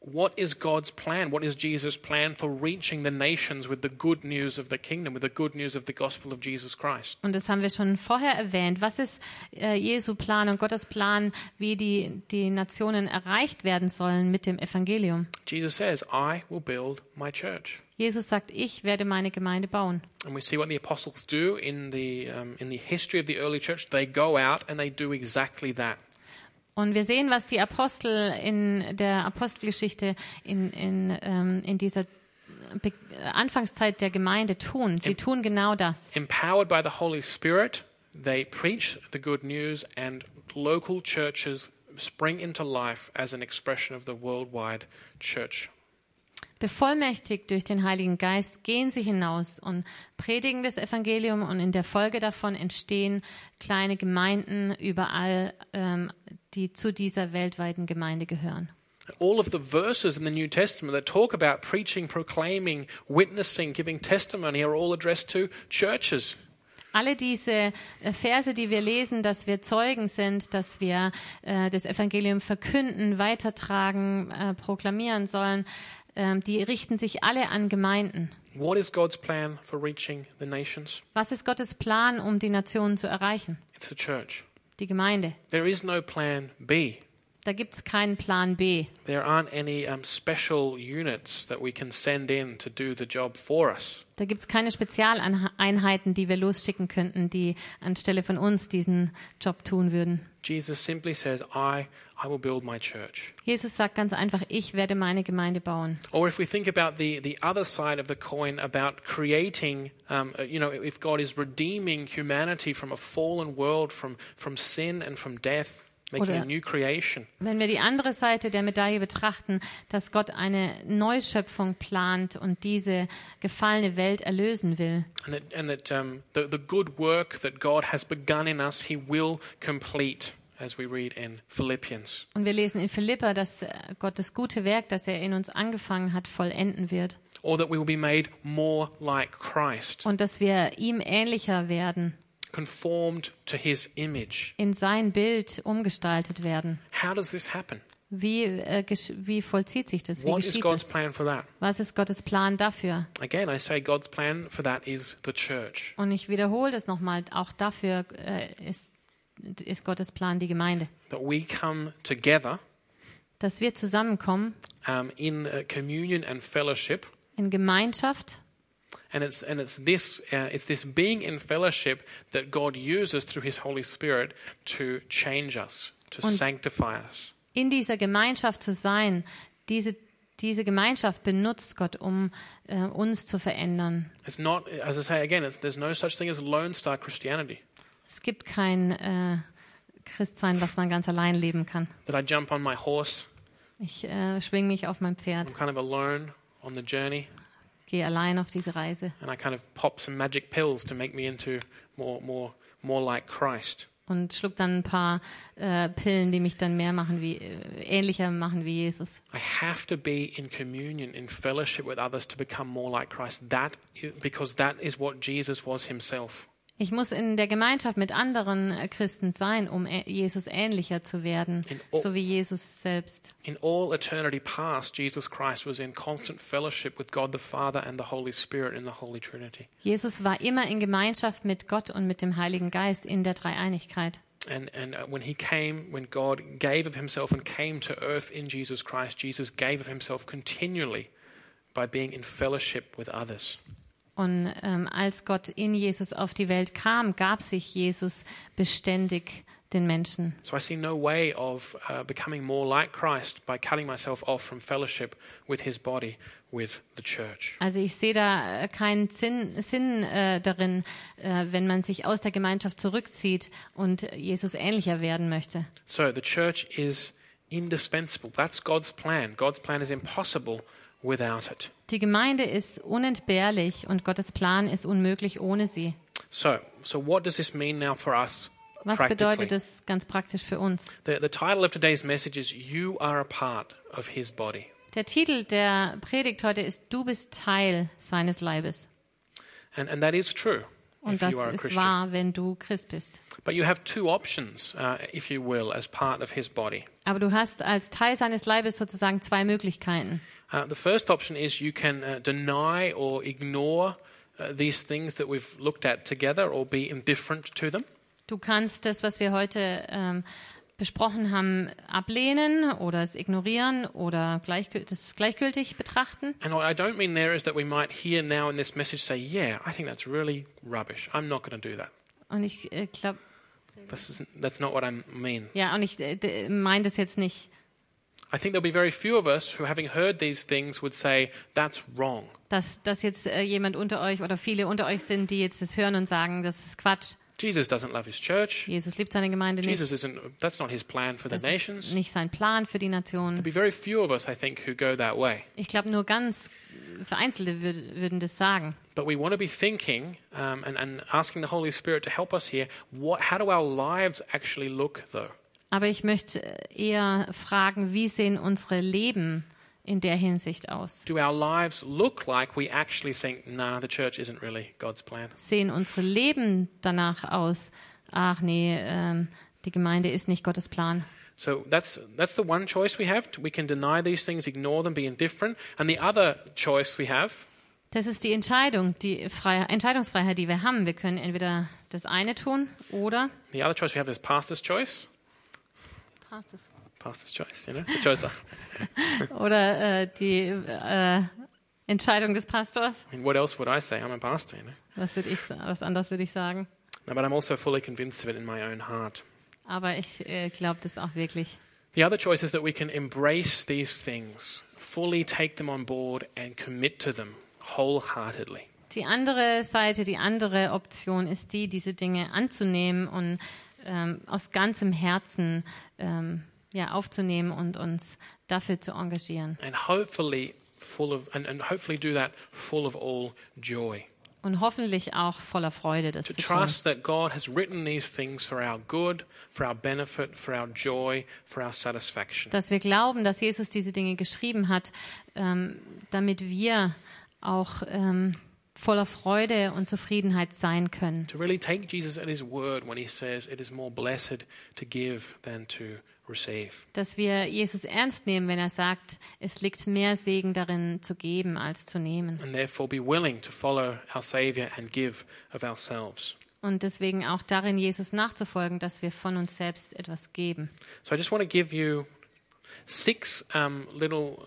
A: what is God's plan? What is Jesus' plan for reaching the nations with the good news of the kingdom, with the good news of the gospel of Jesus Christ?
B: Und das haben wir schon vorher erwähnt. Was ist äh, Jesu Plan und Gottes Plan, wie die, die Nationen erreicht werden sollen mit dem Evangelium?
A: Jesus says, I will build my church.
B: Jesus sagt, ich werde meine Gemeinde bauen.
A: And we see what the apostles do in the, um, in the history of the early church. They go out and they do exactly that.
B: Und wir sehen, was die Apostel in der Apostelgeschichte in, in, ähm, in dieser Be äh, Anfangszeit der Gemeinde tun. Sie tun genau das.
A: Empowered by the Holy Spirit, they preach the good news, and local churches spring into life as an expression of the worldwide church.
B: Bevollmächtigt durch den Heiligen Geist gehen sie hinaus und predigen das Evangelium und in der Folge davon entstehen kleine Gemeinden überall, ähm, die zu dieser weltweiten Gemeinde gehören.
A: All of the verses in the New Testament that talk about preaching, proclaiming, witnessing, giving testimony are all addressed to churches.
B: Alle diese äh, Verse, die wir lesen, dass wir Zeugen sind, dass wir äh, das Evangelium verkünden, weitertragen, äh, proklamieren sollen, ähm, die richten sich alle an Gemeinden.
A: What is God's plan for reaching the nations?
B: Was ist Gottes Plan, um die Nationen zu erreichen?
A: It's the church.
B: Die Gemeinde.
A: There is no plan B.
B: Da gibt's keinen Plan B.
A: There aren't any um, special units that we can send in to do the job for us.
B: Da gibt's keine Spezialeinheiten, die wir losschicken könnten, die anstelle von uns diesen Job tun würden.
A: Jesus simply says, I, I will build my church.
B: Jesus sagt ganz einfach, ich werde meine Gemeinde bauen.
A: Or if we think about the, the other side of the coin about creating, um, uh, you know, if God is redeeming humanity from a fallen world, from, from sin and from death, making
B: Oder-
A: a new creation,
B: Wenn wir die andere Seite der Medaille betrachten, dass Gott eine Neuschöpfung plant und diese gefallene Welt erlösen will
A: and that, and that um, the, the good work that God has begun in us, He will complete, as we read in Philippians.
B: und wir lesen in Philippa, dass äh, Gott das gute Werk, das er in uns angefangen hat, vollenden wird
A: Or that we will be made more like Christ,
B: und dass wir ihm ähnlicher werden,
A: conformed to His image.
B: in sein Bild umgestaltet werden.
A: How does this happen?
B: Wie, äh, gesch- wie vollzieht sich das? Wie
A: What is
B: geschieht
A: God's
B: das?
A: plan for that?
B: Was ist Gottes Plan dafür?
A: Again, I say God's plan for that is the church.
B: Und ich wiederhole das nochmal, auch dafür äh, ist, ist Gottes Plan die Gemeinde.
A: that we come together
B: Dass wir zusammenkommen
A: um, in uh, communion and fellowship.
B: in Gemeinschaft.
A: And it's, and it's, this, uh, it's this being in fellowship that God uses through His Holy Spirit to change us, to
B: Und-
A: sanctify us.
B: In dieser Gemeinschaft zu sein, diese, diese Gemeinschaft benutzt Gott, um äh, uns zu verändern.
A: It's not, as I say again, it's, there's no such thing as Lone Star Christianity,
B: Es gibt kein äh, Christsein, was man ganz allein leben kann.
A: that I jump on my horse,
B: Ich äh, schwing mich auf mein Pferd,
A: I'm kind of alone on the journey,
B: gehe allein auf diese Reise.
A: and I kind of pop some magic pills to make me into more, more, more like Christ.
B: und schlug dann ein paar äh, Pillen, die mich dann mehr machen wie äh, ähnlicher machen wie Jesus.
A: I have to be in communion, in fellowship with others to become more like Christ. That is, because that is what Jesus was himself.
B: Ich muss in der Gemeinschaft mit anderen äh, Christen sein, um ä- Jesus ähnlicher zu werden,
A: In all-
B: so wie Jesus selbst.
A: In all eternity past, Jesus Christ was in constant fellowship with God the Father and the Holy Spirit in the Holy Trinity.
B: Jesus war immer in Gemeinschaft mit Gott und mit dem Heiligen Geist in der Dreieinigkeit.
A: And, and uh, when he came, when God gave of himself and came to earth in Jesus Christ, Jesus gave of himself continually by being in fellowship with others.
B: Und ähm, als Gott in Jesus auf die Welt kam, gab sich Jesus beständig den Menschen.
A: So I see no way of uh, becoming more like Christ by cutting myself off from fellowship with his body, with the church.
B: Also ich sehe da äh, keinen Sinn, Sinn äh, darin, äh, wenn man sich aus der Gemeinschaft zurückzieht und äh, Jesus ähnlicher werden möchte.
A: So the church is indispensable. That's God's plan. God's plan is impossible without it.
B: Die Gemeinde ist unentbehrlich und Gottes Plan ist unmöglich ohne sie.
A: So, so what does this mean now for us?
B: Was
A: practically?
B: bedeutet das ganz praktisch für uns?
A: The, the title of today's message is You Are a Part of His Body.
B: Der Titel der Predigt heute ist Du bist Teil seines Leibes.
A: And, and that is true
B: Und
A: if
B: das
A: you are a
B: ist
A: Christian.
B: wahr, wenn du Christ bist.
A: But you have two options, uh, if you will, as part of His body.
B: Aber du hast als Teil seines Leibes sozusagen zwei Möglichkeiten.
A: Uh, the first option is you can uh, deny or ignore uh, these things that we've looked at together or be indifferent to them.
B: Du kannst das, was wir heute ähm, besprochen haben, ablehnen oder es ignorieren oder gleichgü das gleichgültig betrachten.
A: And what I don't mean there is that we might hear now in this message say, yeah, I think that's really rubbish. I'm not going to do that.
B: Und ich äh, glaube,
A: This isn't, that's not what I mean.
B: ja, und ich äh, d- meine das jetzt nicht.
A: I think there'll be very few of us who, having heard these things, would say, that's wrong.
B: Dass, dass jetzt äh, jemand unter euch oder viele unter euch sind, die jetzt das hören und sagen, das ist Quatsch.
A: Jesus doesn't love his church.
B: Jesus liebt seine Gemeinde nicht.
A: Jesus isn't, that's not his plan for the
B: Das ist
A: nations.
B: nicht sein Plan für die Nation.
A: There'll be very few of us, I think, who go that way.
B: Ich glaube, nur ganz Vereinzelte würd, würden das sagen.
A: But we want to be thinking um, and, and asking the Holy Spirit to help us here. What, how do our lives actually look, though?
B: Aber ich möchte äh, eher fragen, wie sehen unsere Leben in der Hinsicht aus?
A: Do our lives look like we actually think, nah, the church isn't really God's plan?
B: Sehen unsere Leben danach aus? Ach nee, ähm, die Gemeinde ist nicht Gottes Plan.
A: So that's, that's the one choice we have. We can deny these things, ignore them, be indifferent. And the other choice we have
B: Das ist die Entscheidung, die Freie, Entscheidungsfreiheit, die wir haben. Wir können entweder das eine tun oder
A: The other choice we have is pastor's choice. Pastor's choice, you know, the choice. I
B: oder äh, die äh, Entscheidung des Pastors.
A: mean, what else would I say? I'm a pastor, you know.
B: Was würde ich, sa- was anders würde ich sagen.
A: No, but I'm also fully convinced of it in my own heart.
B: Aber ich äh, glaube das auch wirklich.
A: The other choice is that we can embrace these things, fully take them on board, and commit to them wholeheartedly.
B: Die andere Seite, die andere Option ist die, diese Dinge anzunehmen und ähm, aus ganzem Herzen ähm, ja, aufzunehmen und uns dafür zu engagieren.
A: And hopefully full of and, and hopefully do that full of all joy.
B: Und hoffentlich auch voller Freude, das
A: To
B: zu tun.
A: trust that God has written these things for our good, for our benefit, for our joy, for our satisfaction.
B: Dass wir glauben, dass Jesus diese Dinge geschrieben hat, ähm, damit wir auch ähm, voller Freude und Zufriedenheit sein können.
A: to really take Jesus at his word when he says it is more blessed to give than to receive.
B: Dass wir Jesus ernst nehmen, wenn er sagt, es liegt mehr Segen darin zu geben als zu nehmen.
A: And therefore be willing to follow our Savior and give of ourselves.
B: Und deswegen auch darin, Jesus nachzufolgen, dass wir von uns selbst etwas geben.
A: So I just want to give you six um, little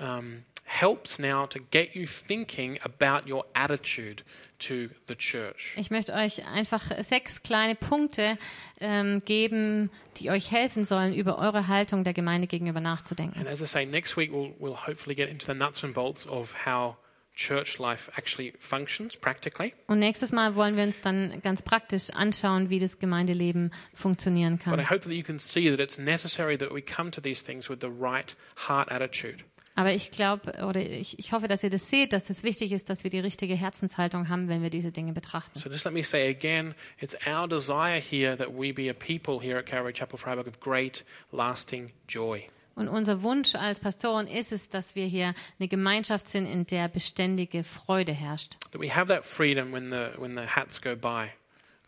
A: um, helps now to get you thinking about your attitude to the church.
B: Ich möchte euch einfach sechs kleine Punkte ähm, geben, die euch helfen sollen, über eure Haltung der Gemeinde gegenüber nachzudenken.
A: And as I say, next week we'll, we'll hopefully get into the nuts and bolts of how church life actually functions practically.
B: Und nächstes Mal wollen wir uns dann ganz praktisch anschauen, wie das Gemeindeleben funktionieren
A: But I
B: kann.
A: hope that you can see that it's necessary that we come to these things with the right heart attitude.
B: Aber ich glaube oder ich, ich hoffe, dass ihr das seht, dass es wichtig ist, dass wir die richtige Herzenshaltung haben, wenn wir diese Dinge betrachten.
A: So just let me say again, it's our desire here that we be a people here at Calvary Chapel Freiburg of great, lasting joy.
B: Und unser Wunsch als Pastoren ist es, dass wir hier eine Gemeinschaft sind, in der beständige Freude herrscht.
A: That we have that freedom when the when the hats go by.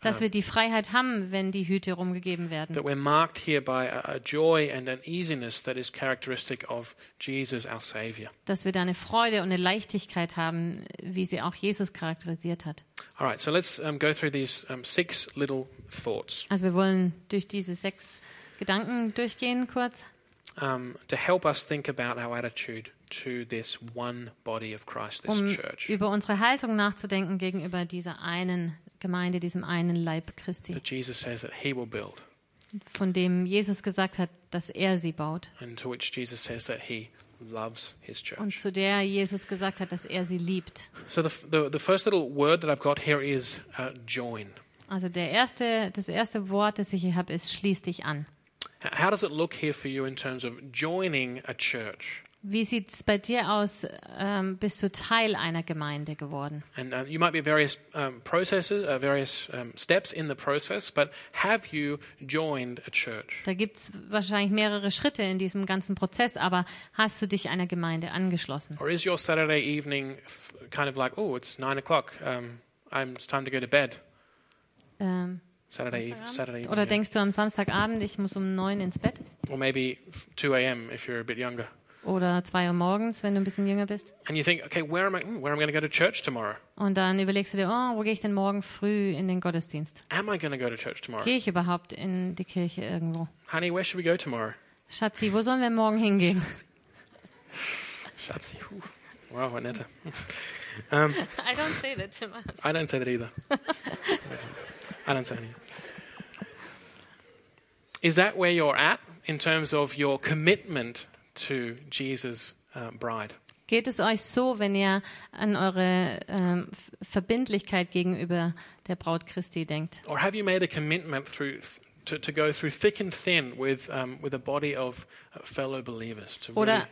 B: Dass wir die Freiheit haben, wenn die Hüte rumgegeben werden.
A: That we're marked here by a, a joy and an easiness that is characteristic of Jesus, our Savior.
B: Dass wir da eine Freude und eine Leichtigkeit haben, wie sie auch Jesus charakterisiert hat.
A: All right, so let's um, go through these um, six little thoughts
B: Also wir wollen durch diese sechs Gedanken durchgehen kurz,
A: um, to help us think about our attitude to this one body of Christ, this
B: um
A: church.
B: über unsere Haltung nachzudenken gegenüber dieser einen Gemeinde, diesem einen Leib Christi,
A: That Jesus says that He will build,
B: von dem Jesus gesagt hat, dass er sie baut
A: and to which Jesus says that He loves His
B: und
A: church.
B: zu der Jesus gesagt hat, dass er sie liebt.
A: So the, f- the, the first little word that I've got here is uh, join.
B: Also der erste, das erste Wort, das ich hier habe, ist schließ dich an.
A: H- How does it look here for you in terms of joining a church?
B: Wie sieht's bei dir aus? Ähm, bist du Teil einer Gemeinde geworden?
A: And uh, you might be at various um, processes, uh, various um, steps in the process, but have you joined a church?
B: Da gibt's wahrscheinlich mehrere Schritte in diesem ganzen Prozess, aber hast du dich einer Gemeinde angeschlossen?
A: Or is your Saturday evening f- kind of like, oh, it's nine o'clock, um, I'm, it's time to go to bed?
B: Ähm,
A: Saturday, eve, Saturday evening.
B: Oder
A: yeah.
B: denkst du am Samstagabend, ich muss um neun ins Bett?
A: Or maybe f- 2 a.m. if you're a bit younger.
B: Oder zwei Uhr morgens, wenn du ein bisschen jünger bist?
A: And you think, okay, where am I, mm, where am I going to go to church tomorrow?
B: Und dann überlegst du dir, oh, wo gehe ich denn morgen früh in den Gottesdienst?
A: Am I going to go to church tomorrow?
B: Gehe ich überhaupt in die Kirche irgendwo?
A: Honey, where should we go tomorrow?
B: Schatzi, wo sollen wir morgen hingehen?
A: Schatzi. whew. Wow, Annette. um,
B: I don't say that too much.
A: I don't say that either. I don't say that either. Is that where you're at in terms of your commitment to Jesus' uh, bride?
B: Geht es euch so, wenn ihr an eure ähm, F- Verbindlichkeit gegenüber der Braut Christi denkt?
A: Or have you made a commitment through, to, to go through thick and thin with, um, with a body of uh, fellow believers? To
B: Oder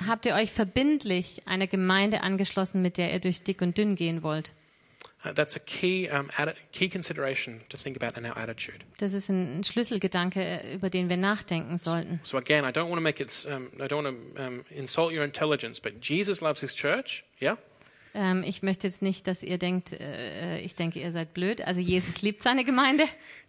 A: really-
B: habt ihr euch verbindlich einer Gemeinde angeschlossen, mit der ihr durch dick und dünn gehen wollt?
A: uh, that's a key, um, atti- key consideration to think about in our attitude.
B: Das ist ein ein Schlüsselgedanke, äh, über den wir nachdenken sollten.
A: So again, I don't want to make it, um, I don't want to um, insult your intelligence, but Jesus loves his church, yeah?
B: Ähm, ich möchte jetzt nicht, dass ihr denkt, äh, äh, ich denke, ihr seid blöd. Also Jesus liebt seine Gemeinde.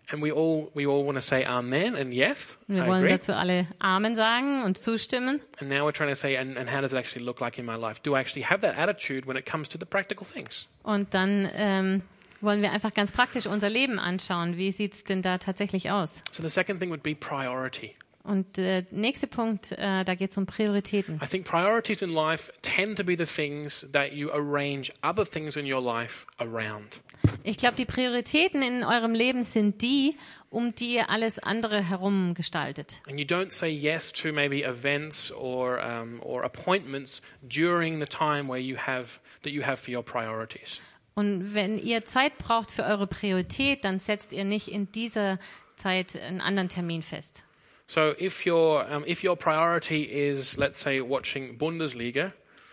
A: And we all, we all want to say amen and yes,
B: Und wir
A: I
B: wollen
A: agree.
B: dazu alle Amen sagen und zustimmen.
A: And now we're trying to say, and, and how does it actually look like in my life? Do I actually have that attitude when it comes to the practical things?
B: Und dann ähm, wollen wir einfach ganz praktisch unser Leben anschauen. Wie sieht's denn da tatsächlich aus?
A: So the second thing would be priority.
B: Und äh, nächster Punkt, äh, da geht's um Prioritäten.
A: I think priorities in life tend to be the things that you arrange other things in your life around.
B: Ich glaube, die Prioritäten in eurem Leben sind die, um die ihr alles andere herum gestaltet.
A: And you don't say yes to maybe events or, um, or appointments during the time where you have, that you have for your priorities.
B: Und wenn ihr Zeit braucht für eure Priorität, dann setzt ihr nicht in dieser Zeit einen anderen Termin fest.
A: So if your, um, if your priority is, let's say, watching Bundesliga,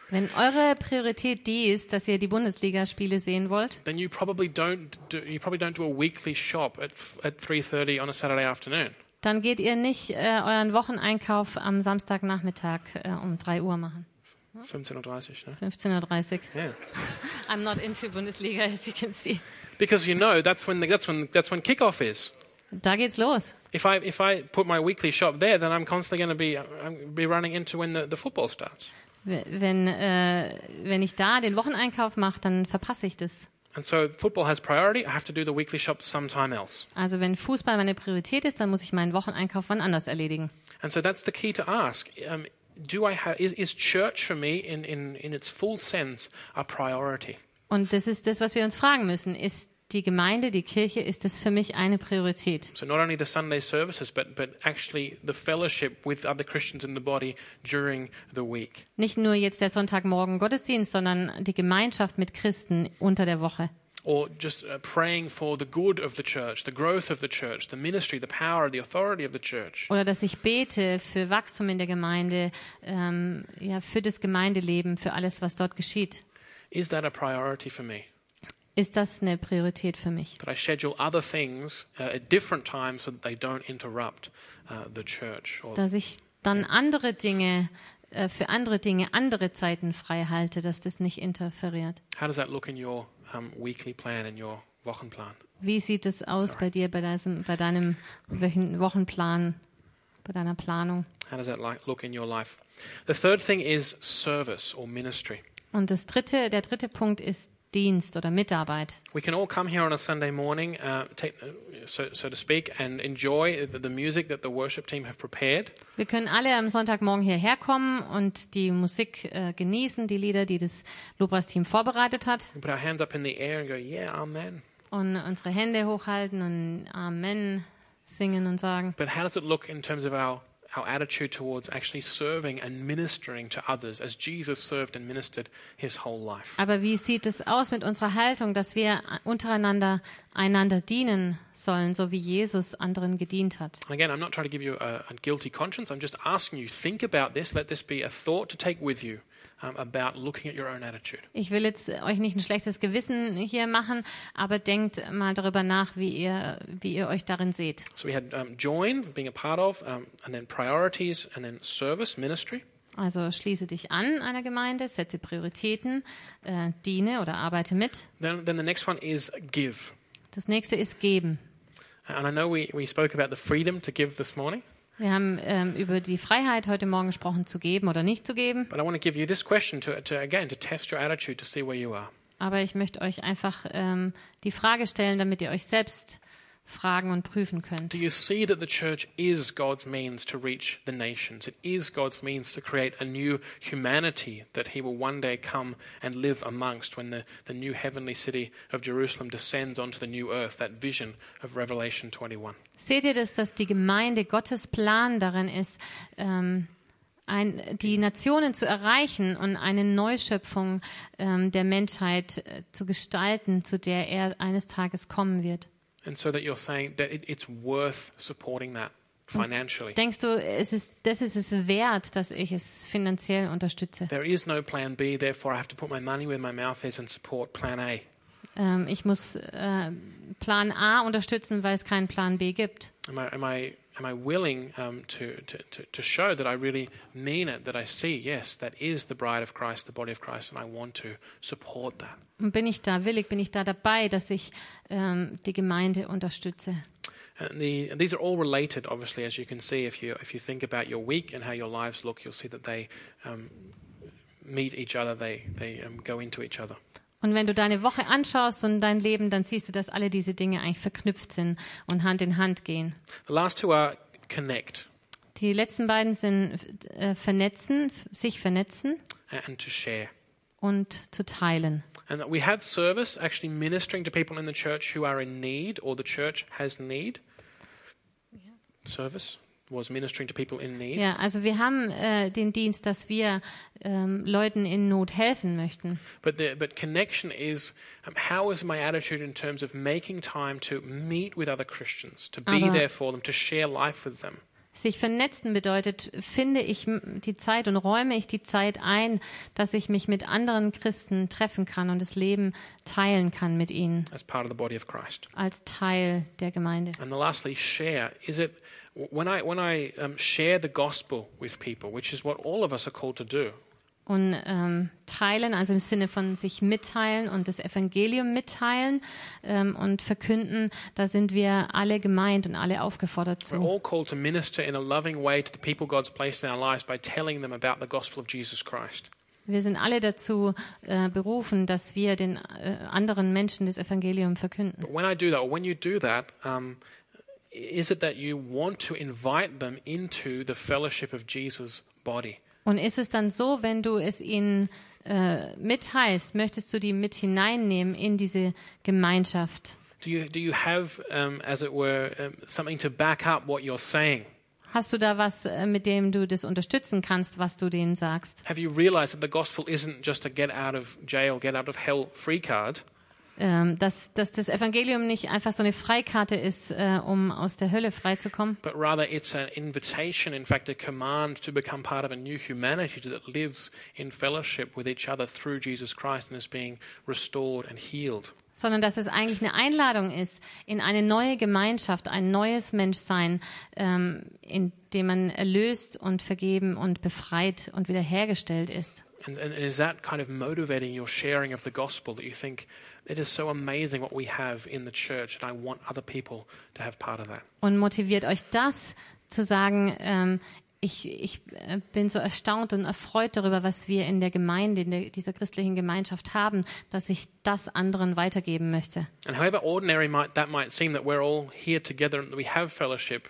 B: Wenn eure Priorität die ist, dass ihr die Bundesligaspiele sehen wollt,
A: then you probably don't do, you probably don't do a weekly shop at f- at 3:30 on a Saturday afternoon.
B: dann geht ihr nicht äh, euren Wocheneinkauf am Samstagnachmittag äh, um 3 Uhr machen.
A: 15:30, no?
B: 15.30 Uhr.
A: Yeah.
B: I'm not into Bundesliga, as you can see.
A: Because you know that's when the, that's when that's when kickoff is.
B: Da geht's los.
A: If I if I put my weekly shop there, then I'm constantly going to be I'm be running into when the, the football starts.
B: W- Wenn, äh, wenn ich da den Wocheneinkauf mache, dann verpasse ich das.
A: And so football has priority. I have to do the weekly shop sometime else.
B: Also wenn Fußball meine Priorität ist, dann muss ich meinen Wocheneinkauf wann anders erledigen.
A: And so that's the key to ask. Um, do I have is, is church for me in, in, in its full sense a priority?
B: Und das ist das, was wir uns fragen müssen. Ist die Gemeinde, die Kirche, ist das für mich eine Priorität?
A: So not only the Sunday services, but but actually the fellowship with other Christians in the body during the week.
B: Nicht nur jetzt der Sonntagmorgen Gottesdienst, sondern die Gemeinschaft mit Christen unter der Woche.
A: or just uh, praying for the good of the church, the growth of the church, the ministry, the power, the authority of the church.
B: Oder dass ich bete für Wachstum in der Gemeinde, ähm, ja, für das Gemeindeleben, für alles, was dort geschieht.
A: Is that a priority for me?
B: Ist das eine Priorität für mich?
A: That I schedule other things uh, at different times so that they don't interrupt uh, the church or
B: Dass ich dann andere Dinge, äh, für andere Dinge andere Zeiten frei halte, dass das nicht interferiert.
A: How does that look in your um, weekly plan and your Wochenplan?
B: Wie sieht es aus bei dir, bei, deinem, bei deinem wöchen- Wochenplan, bei deiner Planung?
A: How does that like, look in your life? The third thing is service or ministry.
B: Und das dritte, der dritte Punkt ist Dienst oder Mitarbeit.
A: We can all come here on a Sunday morning, uh, take, so, so to speak, and enjoy the, the music that the worship team have prepared.
B: Wir können alle am Sonntagmorgen hierher kommen und die Musik äh, genießen, die Lieder, die das Lobpreisteam vorbereitet hat,
A: We put our hands up in the air and go, yeah, amen.
B: und unsere Hände hochhalten und Amen singen und sagen.
A: But how does it look in terms of our, our attitude towards actually serving and ministering to others as Jesus served and ministered his whole life?
B: Aber wie sieht es aus mit unserer Haltung, dass wir untereinander einander dienen sollen, so wie Jesus anderen gedient hat?
A: And Again, I'm not trying to give you a, a guilty conscience. I'm just asking you, think about this. Let this be a thought to take with you um, about looking at your own attitude.
B: Ich will jetzt euch nicht ein schlechtes Gewissen hier machen, aber denkt mal darüber nach, wie ihr, wie ihr euch darin seht.
A: So we had um, join, being a part of, um, and then priorities, and then service, ministry.
B: Also schließe dich an einer Gemeinde, setze Prioritäten, äh, diene oder arbeite mit.
A: Then, then the next one is give.
B: Das nächste ist geben.
A: And I know we, we spoke about the freedom to give this morning,
B: Wir haben ähm, über die Freiheit heute Morgen gesprochen, zu geben oder nicht zu geben.
A: but I want to give you this question to, to again, to test your attitude to see where you are.
B: Aber ich möchte euch einfach ähm, die Frage stellen, damit ihr euch selbst fragen und prüfen
A: Do
B: könnt.
A: you see that the church is God's means to reach the nations? It is God's means to create a new humanity that He will one day come and live amongst when the, the new heavenly city of Jerusalem descends onto the new earth, that vision of Revelation 21.
B: Seht ihr das, dass die Gemeinde Gottes Plan darin ist, ähm, ein, die Nationen zu erreichen und eine Neuschöpfung ähm, der Menschheit äh, zu gestalten, zu der er eines Tages kommen wird?
A: And so that you're saying that it, it's worth supporting that financially.
B: Denkst du, es ist, das ist es wert, dass ich es finanziell unterstütze?
A: There is no plan B, therefore I have to put my money where my mouth is and support plan A.
B: Ähm, ich muss äh, Plan A unterstützen, weil es keinen Plan B gibt.
A: Am I, am I, am I willing um, to, to, to, to show that I really mean it, that I see, yes, that is the bride of Christ, the body of Christ, and I want to support that?
B: Und bin ich da willig, bin ich da dabei, dass ich ähm, die Gemeinde unterstütze?
A: And, the, and these are all related, obviously, as you can see. If you, if you think about your week and how your lives look, you'll see that they um, meet each other, they, they um, go into each other.
B: Und wenn du deine Woche anschaust und dein Leben, dann siehst du, dass alle diese Dinge eigentlich verknüpft sind und Hand in Hand gehen.
A: The last two are connect
B: Die letzten beiden sind äh, vernetzen, f- sich vernetzen
A: and to share.
B: und zu teilen.
A: And that we have service actually ministering to people in the church who are in need or the church has need. Service was ministering to people in need.
B: Ja, also wir haben äh, den Dienst, dass wir ähm, Leuten in Not helfen möchten.
A: But, the, but connection is um, how is my attitude in terms of making time to meet with other Christians, to be
B: Aber-
A: there for them, to share life with them.
B: Sich vernetzen bedeutet, finde ich m- die Zeit und räume ich die Zeit ein, dass ich mich mit anderen Christen treffen kann und das Leben teilen kann mit ihnen
A: as part of the body of Christ.
B: als Teil der Gemeinde.
A: And lastly, share. Is it when I when I um, share the gospel with people, which is what all of us are called to do.
B: Und ähm, teilen, also im Sinne von sich mitteilen und das Evangelium mitteilen ähm, und verkünden, da sind wir alle gemeint und alle aufgefordert
A: We're
B: zu.
A: all called to minister in a loving way to the people God's placed in our lives by telling them about the gospel of Jesus Christ.
B: Wir sind alle dazu äh, berufen, dass wir den äh, anderen Menschen das Evangelium verkünden.
A: But when I do that, or when you do that, um, is it that you want to invite them into the fellowship of Jesus' body?
B: Und ist es dann so, wenn du es ihnen äh, mitteilst, möchtest du die mit hineinnehmen in diese Gemeinschaft?
A: Do you do you have, um, as it were, um, something to back up what you're saying?
B: Hast du da was, äh, mit dem du das unterstützen kannst, was du denen sagst?
A: Have you realized that the gospel isn't just a get out of jail, get out of hell free card?
B: ähm, dass, dass das Evangelium nicht einfach so eine Freikarte ist, äh, um aus der Hölle freizukommen,
A: but rather it's an invitation, in fact, a command to become part of a new humanity that lives in fellowship with each other through Jesus Christ and is being restored and healed.
B: sondern dass es eigentlich eine Einladung ist in eine neue Gemeinschaft, ein neues Menschsein, ähm, in dem man erlöst und vergeben und befreit und wiederhergestellt ist.
A: And, and is that kind of motivating your sharing of the gospel that you think it is so amazing what we have in the church and I want other people to have part of that?
B: Und motiviert euch das zu sagen, ähm, ich, ich äh, bin so erstaunt und erfreut darüber, was wir in der Gemeinde, in der, dieser christlichen Gemeinschaft haben, dass ich das anderen weitergeben möchte.
A: And however ordinary might, that might seem, that we're all here together and that we have fellowship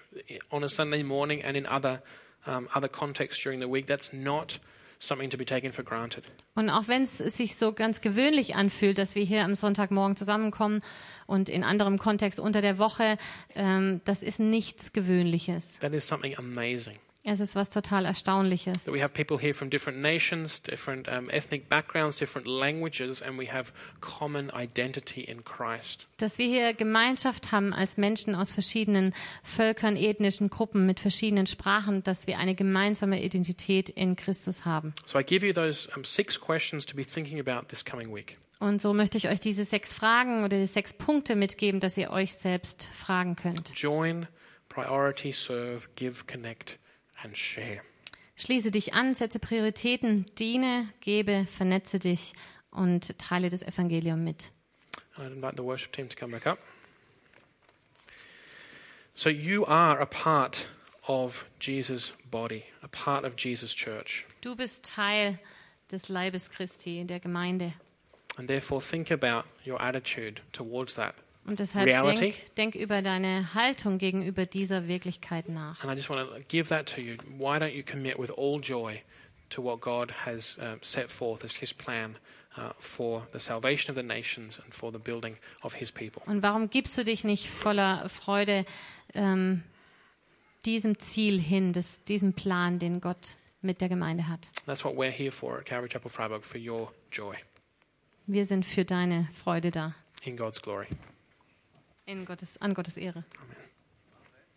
A: on a Sunday morning and in other, um, other contexts during the week, that's not something to be taken for granted.
B: Und auch wenn es sich so ganz gewöhnlich anfühlt, dass wir hier am Sonntagmorgen zusammenkommen und in anderem Kontext unter der Woche, ähm, das ist nichts Gewöhnliches.
A: That is something amazing.
B: Es ist was total Erstaunliches.
A: That we have people here from different nations, different um, ethnic backgrounds, different languages, and we have common identity in Christ.
B: Dass wir hier Gemeinschaft haben als Menschen aus verschiedenen Völkern, ethnischen Gruppen, mit verschiedenen Sprachen, dass wir eine gemeinsame Identität in Christus haben.
A: So I give you those um, six questions to be thinking about this coming week.
B: Und so möchte ich euch diese sechs Fragen oder die sechs Punkte mitgeben, dass ihr euch selbst fragen könnt.
A: Join, priority, serve, give, connect, and share.
B: Schließe dich an, setze Prioritäten, diene, gebe, vernetze dich und teile das Evangelium mit.
A: And I'd invite the worship team to come back up. So you are a part of Jesus' body, a part of Jesus' church.
B: Du bist Teil des Leibes Christi in der Gemeinde.
A: And therefore, think about your attitude towards that.
B: Und deshalb
A: Reality.
B: denk, denk über deine Haltung gegenüber dieser Wirklichkeit nach.
A: And I just want to give that to you. Why don't you commit with all joy to what God has uh, set forth as His plan uh, for the salvation of the nations and for the building of His people?
B: Und warum gibst du dich nicht voller Freude ähm, diesem Ziel hin, des, diesem Plan, den Gott mit der Gemeinde hat?
A: That's what we're here for at Calvary Chapel Freiburg, for your joy
B: Wir sind für deine Freude da,
A: in God's glory.
B: in Gottes, an Gottes Ehre.
A: Amen.